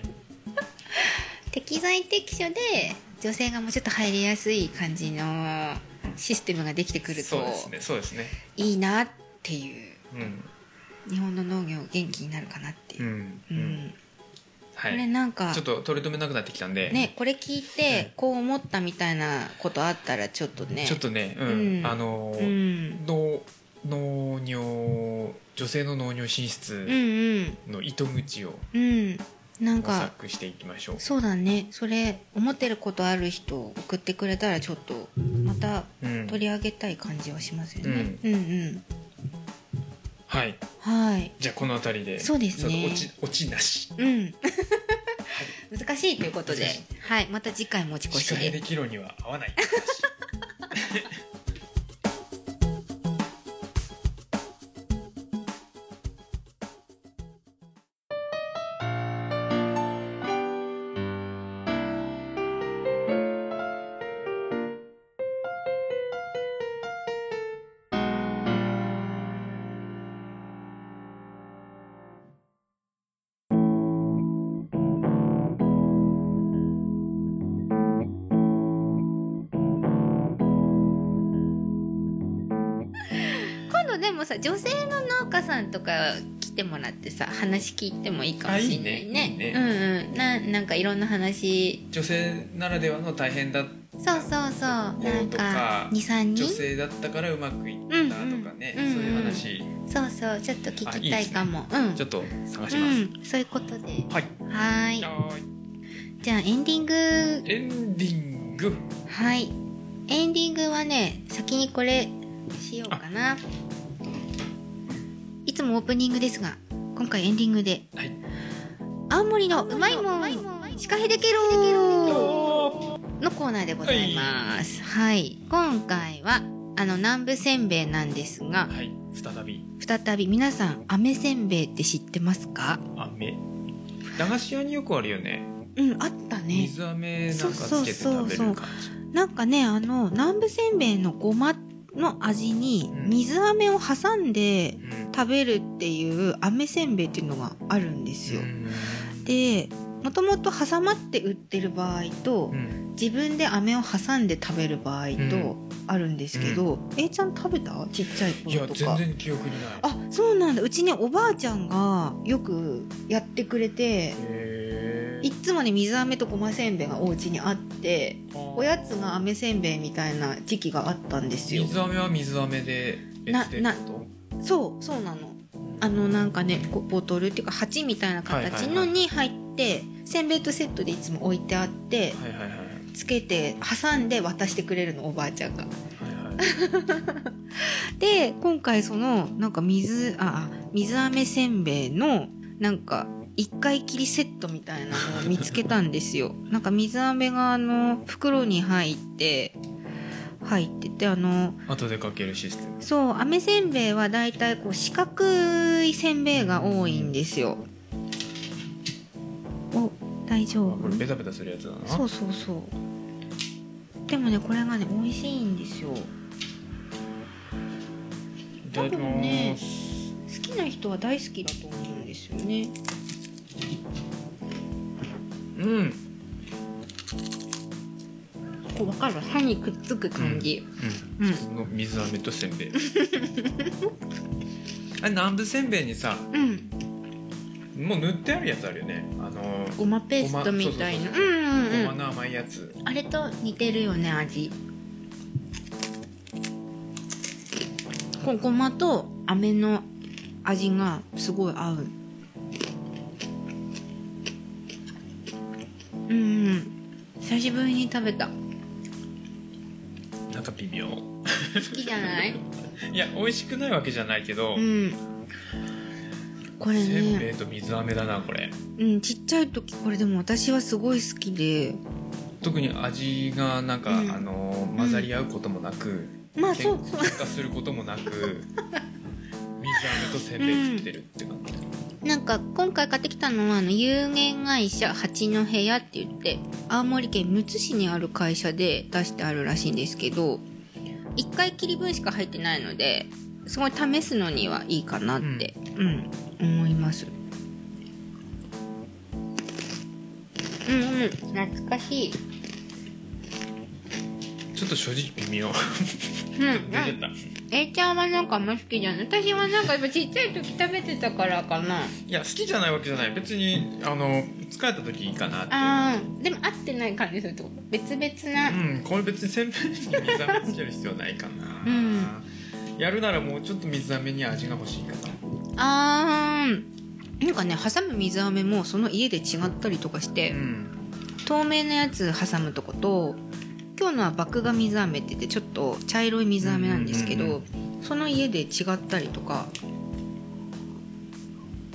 適材適所で女性がもうちょっと入りやすい感じのシステムができてくるとそうですねそうですねいいなっていううん日本の農業元気になるかなっていうう、ん、うんはこれいなんかちょっと取り留めなくなってきたんで、ねこれ聞いてこう思ったみたいなことあったらちょっとねちょっとね、うんうんあのうーん、の農業女性の農業う進んう出んの糸口をうんなん模か索していきましょうそうだねそれ思ってることある人送ってくれたらちょっとまたうん取り上げたい感じはしますよね、うん、うんはいはいじゃあこの辺りでそうですね落ち落ちなしうん 難しいということで難しいはいまた次回持ち越し鹿ヘでデキロには合わない話今度でもさ女性の農家さんとか来てもらってさ話聞いてもいいかもしれないあねいいねいいねうんうんななんかいろんな話女性ならではの大変だそうそうそうなんとかか23人女性だったからうまくいったとかね、うんうんそういう話そうそうちょっと聞あいきいたでいすねかもうんちょっと探します、うんそういうことではいはーいはーいじゃあエンディングエンディングはいエンディングはね先にこれしようかないつもオープニングですが今回エンディングではい青森のうまいもん鹿ヘデケロのコーナーでございますはい今回はあの南部せんべいなんですがはい再び再び皆さん飴せんべいって知ってますか飴駄菓子屋によくあるよねうんあったね水飴なんかつけて食べる感じなんかねあの南部せんべいのごまの味にうん水飴を挟んでうん食べるっていう飴せんべいっていうのがあるんですようんでもともと挟まって売ってる場合と、うん自分で飴を挟んで食べる場合とあるんですけど、えいちゃん食べたちっちゃいい頃やと全か然記憶にないあそうなんだうちねおばあちゃんがよくやってくれてへいっつもね水飴とごませんべいがお家にあっておやつが飴せんべいみたいな時期があったんですよ水飴は水飴で別でってなことそうそうなのあのなんかねこうボトルっていうか鉢みたいな形のに入って、せんべいとセットでいつも置いてあってはいはいはいはいつけて挟んで渡してくれるのおばあちゃんが。はいで今回そのなんか水ああ水飴せんべいのなんか一回きりセットみたいなのを見つけたんですよなんか水飴があの袋に入って入っててあの後でかけるシステムそう飴せんべいはだいたいこう四角いせんべいが多いんですよお大丈あこれ夫ベタベタするやつだなそうそうそうでもねこれがね美味しいんですよいただき多分ねます好きな人は大好きだと思うんですよねうんこう分かる歯にくっつく感じ、うんうん、その水飴とせんべい あれ南部せんべいにさうんもう塗ってあるやつあるよねあのごまペーストみたいなごうんまそうそうそううんごうまんの甘いやつあれと似てるよね味こうごまと飴の味がすごい合ううんうん久しぶりに食べたなんか微妙好きじゃないいや美味しくないわけじゃないけど、うんこれせんべねいと水飴だなこれうんちっちゃい時これでも私はすごい好きで特に味がなんか、うんあの混ざり合うこともなく、まあけそんう喧そう嘩することもなく水飴とせんべい食ってるって感じ、なんか今回買ってきたのはあの有限会社八の部屋って言って青森県むつ市にある会社で出してあるらしいんですけど1回きり分しか入ってないのですごい試すのにはいいかなって、うん思いますうんうん懐かしい、ちょっと正直微妙うん出なてんた A ちゃんはなんかあんま好きじゃない私はなんかやっぱちっちゃい時食べてたからかないや好きじゃないわけじゃない別にあの疲れた時いいかなってあーでも合ってない感じすると別々な、うん、これ別にせんべいに水飴つける必要ないかな、うんやるならもうちょっと水飴に味が欲しいかなあーなんかね挟む水飴もその家で違ったりとかして、うん透明なやつ挟むとこと今日のは麦芽水飴って言ってちょっと茶色い水飴なんですけど、うんうんその家で違ったりとか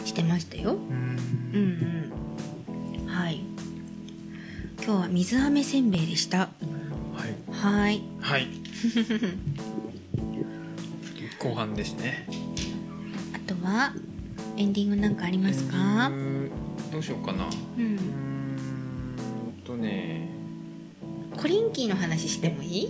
してましたよ。うんうんはい今日は水飴せんべいでしたはい、はいはい、 後半ですねあとはエンディングなんかありますかエンディングどうしようかなううーんんとねコリンキーの話してもいい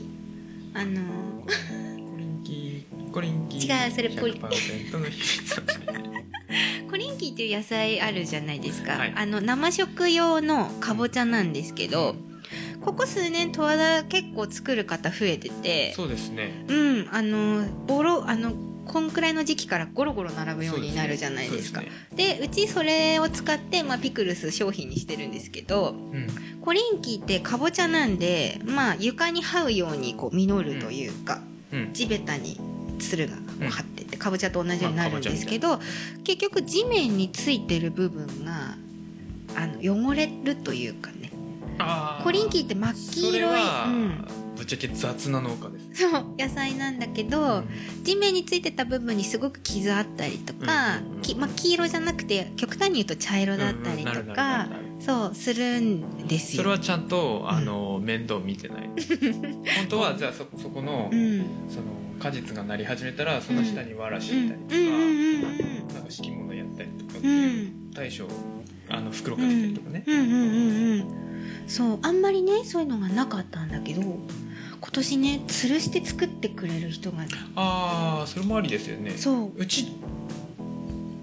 あのコリンキーコリンキー違うそれポリ100%の秘密 コリンキーっていう野菜あるじゃないですか、はいあの生食用のかぼちゃなんですけど、ここ数年十和田結構作る方増えててそうですねうんあのボロあのこんくらいの時期からゴロゴロ並ぶようになるじゃないですかそうでうちそれを使って、まあ、ピクルス商品にしてるんですけどすねコリンキーってかぼちゃなんで、まあ、床に這うようにこう実るというか、うんうん地べたにつるがこう張っててかぼちゃと同じようになるんですけど、結局地面についてる部分があの汚れるというかねあーコリンキーって真っ黄それ色いは、うん、ぶっちゃけ雑な農家ですそう野菜なんだけど、地面についてた部分にすごく傷あったりとか、うんうんうんきまあ、黄色じゃなくて極端に言うと茶色だったりうんとうんなるなかるなるなるそうするんですそよ。れはちゃんとあの、面倒見 てない本当はじゃあそそこの,、うんその果実がなり始めたらその下にわらしうんいたりとか、うんうんうんなんか敷物やったりとか、うんうん大将あの袋かけたりとかね、うんうんうんうんそうあんまりねそういうのがなかったんだけど今年ね吊るして作ってくれる人がああそれもありですよねそううち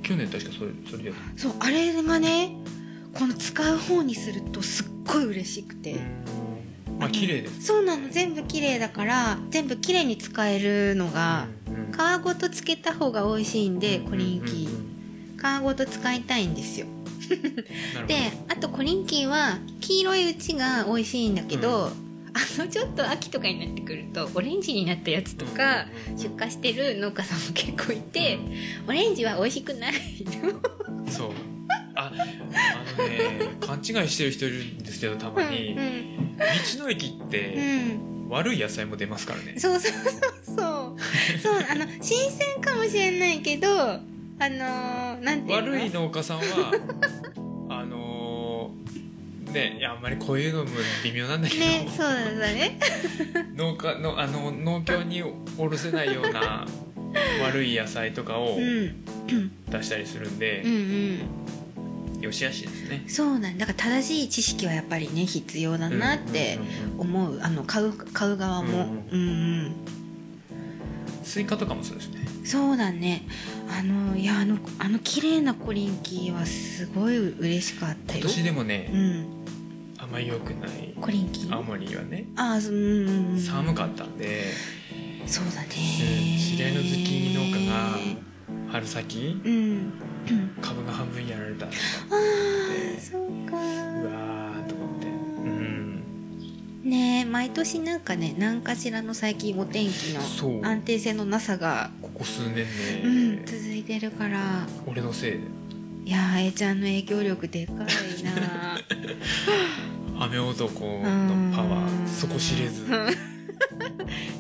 去年確かそれそれやっそうあれがねこの使う方にするとすっごい嬉しくて。まあ綺麗ですそうなの全部綺麗だから全部綺麗に使えるのがうん皮ごとつけた方が美味しいんでコリンキうんうー皮んごと使いたいんですようんなるほどであとコリンキーは黄色いうちが美味しいんだけど、うあのちょっと秋とかになってくるとオレンジになったやつとかうん出荷してる農家さんも結構いてオレンジは美味しくないそうああのね 勘違いしてる人いるんですけどたうまにん道の駅っうん、うてん、悪い野菜も出ますからねそうそうそうそうそうあの新鮮かもしれないけどあのー、なんていうの悪い農家さんは あのーねいやあんまりこういうのも微妙なんだけど、ねそうだね農家のあの農協におろせないよ うな悪い野菜とかをうん出したりするんでうんう、んよしあしですね。そうなんだだから正しい知識はやっぱりね必要だなってうんうんうん思うあの買う買う側もうんうんスイカとかもそうですね。そうだねあのいやあのあの綺麗なコリンキーはすごい嬉しかった今よ年でもね、うんあんまり良くないコリンキー青森はね、ああそううんうんうん寒かったんで、そうだねうん知り合いのズッキーニ農家が春先うんうん株が半分やられたとか、ああそうかうわーとか思って、うん、ねえ毎年なんかね何かしらの最近お天気のそう、安定性のなさが、ここ数年ね、うん、続いてるから俺のせいでいやー A ちゃんの影響力でかいな雨男のパワうーんそこ知れず。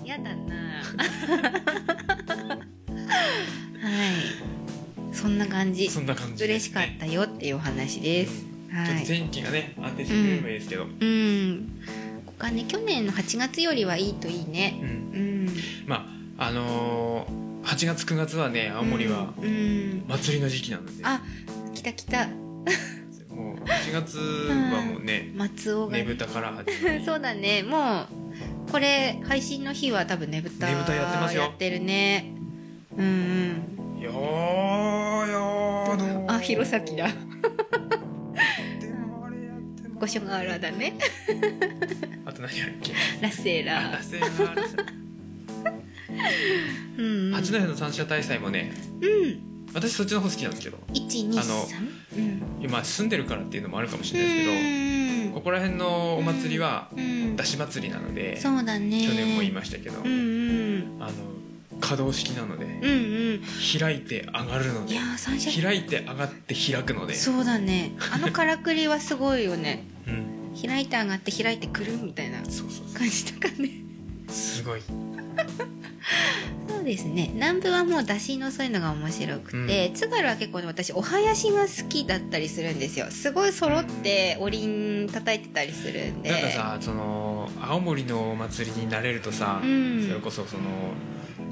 やだなはいそんな感じそんな感じ嬉しかっねたよっていうお話です、うんちょはっとい天気がね安定してくれればいいですけど、うんここはね去年の8月よりはいいといいねううんんまああのー、8月9月はね青森はうん、うん祭りの時期なので、あ来た来たもう8月はもうね、松尾がねねぶたから始まり そうだねもうこれ配信の日は多分ねぶたねぶたやってますよやってるねうんうんよーよーのーあ弘前だでもあれやっても五所川原だ ねあと何やるっけラッセーあララセーラーラセーラうんうん、八戸の三社大祭もねうん私そっちの方好きなんですけどあの123うん今住んでるからっていうのもあるかもしうれないですけどんここら辺のお祭りはうん出し祭りなので、そうだね去年も言いましたけど、うんうんあの可動式なので、うんうん開いて上がるのいでやー三社開いて上がって開くのでそうだねあのからくりはすごいよねうん、開いて上がって開いてくるみたいなそうそうそ感じとかねうすごいそうですね南部はもう出汁のそういうのが面白くて、津軽は結構ね私お囃子が好きだったりするんですよすごい揃っておりん叩いてたりするんでなんかさその青森のお祭りになれるとさ、うんそれこそその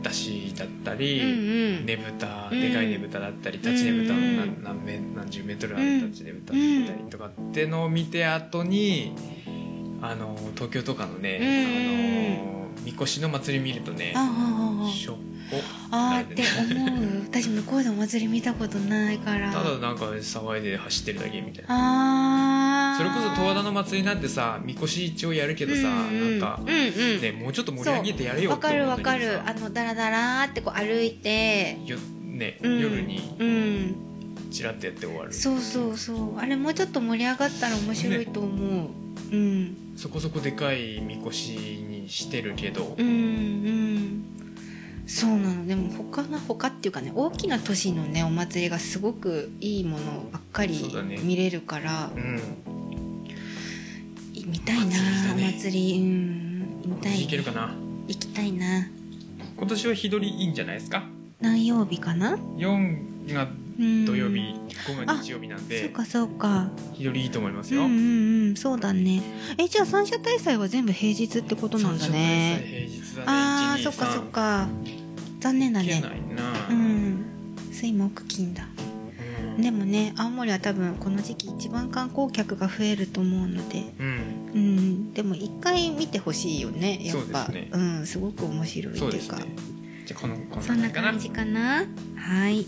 だしだったうんうり、ん、ねぶたうんでかいねぶただったり立ちねぶたのうん何何メ何十メートルある立ちねぶただったりとかってのを見て後にあの東京とかのね、あのみこしの祭り見るとねああしょっぽああああって思う私向こうでお祭り見たことないからただなんか騒いで走ってるだけみたいあなあそれこそ十和田の祭りなんてさみこし一応やるけどさ、なんかうんうんね、もうちょっと盛り上げてやれよわってか思るうわんだかけどるさあのダラダラーってこう歩いてよね、うん夜にうんチラッとやって終わるそうそうそうあれもうちょっと盛り上がったら面白いと思う、うんそこそこでかいみこしにしてるけどうんうんそうなのでも他が他っていうかね大きな都市のねお祭りがすごくいいものばっかりそうだね見れるから、うんい見たいなお祭りだねお祭りうん見今たい年いけるかな行きたいな今年は日取りいいんじゃないですか何曜日かな4がうん土曜日5が日曜日なんそうでかそうか日取りいいと思いますうんよ、うんうんそうだねえじゃあ三社大祭は全部平日ってことなんだ三ね者大祭平日だねあー123そっかそっか残念だいけなねいな、うん水木金だうんでもね青森は多分この時期一番観光客が増えると思うので、うんうん、でも一回見てほしいよねやっぱそうですねん、すごく面白いそうってでいうすかねじゃあこのこんなそん感なじかな感じかなはい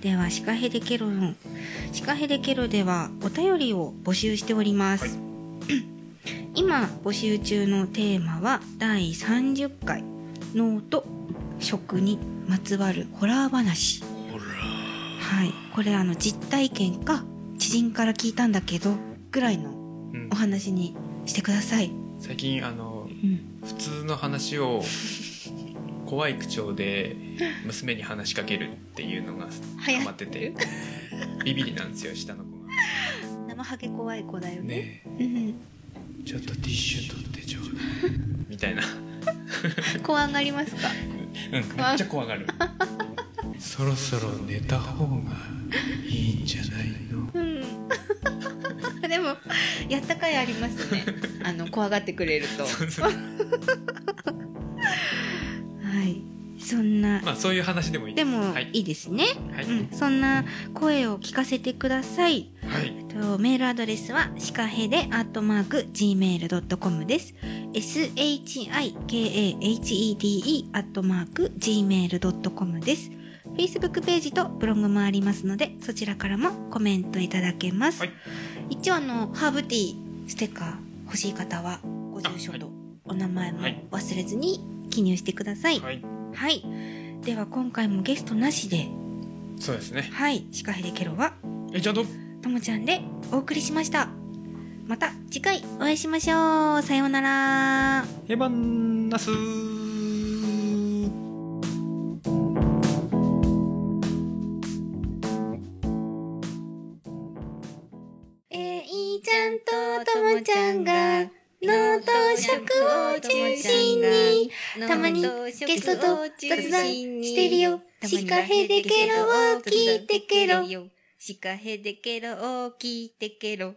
ではシカヘデケロンシカヘデケロではお便りを募集しております、はい今募集中のテーマは第30回「脳と食にまつわるホラー話」ほらはい、これあの実体験か知人から聞いたんだけどぐらいのうんお話にしてください、最近あのうん、普通の話を怖い口調で娘に話しかけるっていうのが流行ってるハマっててビビりなんですよ下の子が生ハゲ怖い子だよねねうんえちょっとティッシュ取ってちょうだいみたいな怖がりますかうん、めっちゃ怖がる。そろそろ寝た方がいいんじゃないの。うん でもやったかいあります ねあの怖がってくれるとそうそうはいそんなまあそういう話でもいいでもはいいいですね、はい、うん、そんな声を聞かせてくださいはい、とメールアドレスはシカヘデアットマーク gmail.com です。shikahede アットマーク gmail.com です。Facebook ページとブログもありますのでそちらからもコメントいただけます。はい一応あのハーブティーステッカー欲しい方はご住所とお名前もはい忘れずに記入してください。はい。はい、では今回もゲストなしで、そうですね。はい、シカヘデケロはえ、ちゃんと、ともちゃんでお送りしました。また次回お会いしましょう。さようなら。エバンナス。えいちゃんとともちゃんが脳と食を中心にたまにゲストと雑談してるよ。シカヘデケロを聞いてケロ。シカヘデケロを聞いてケロ。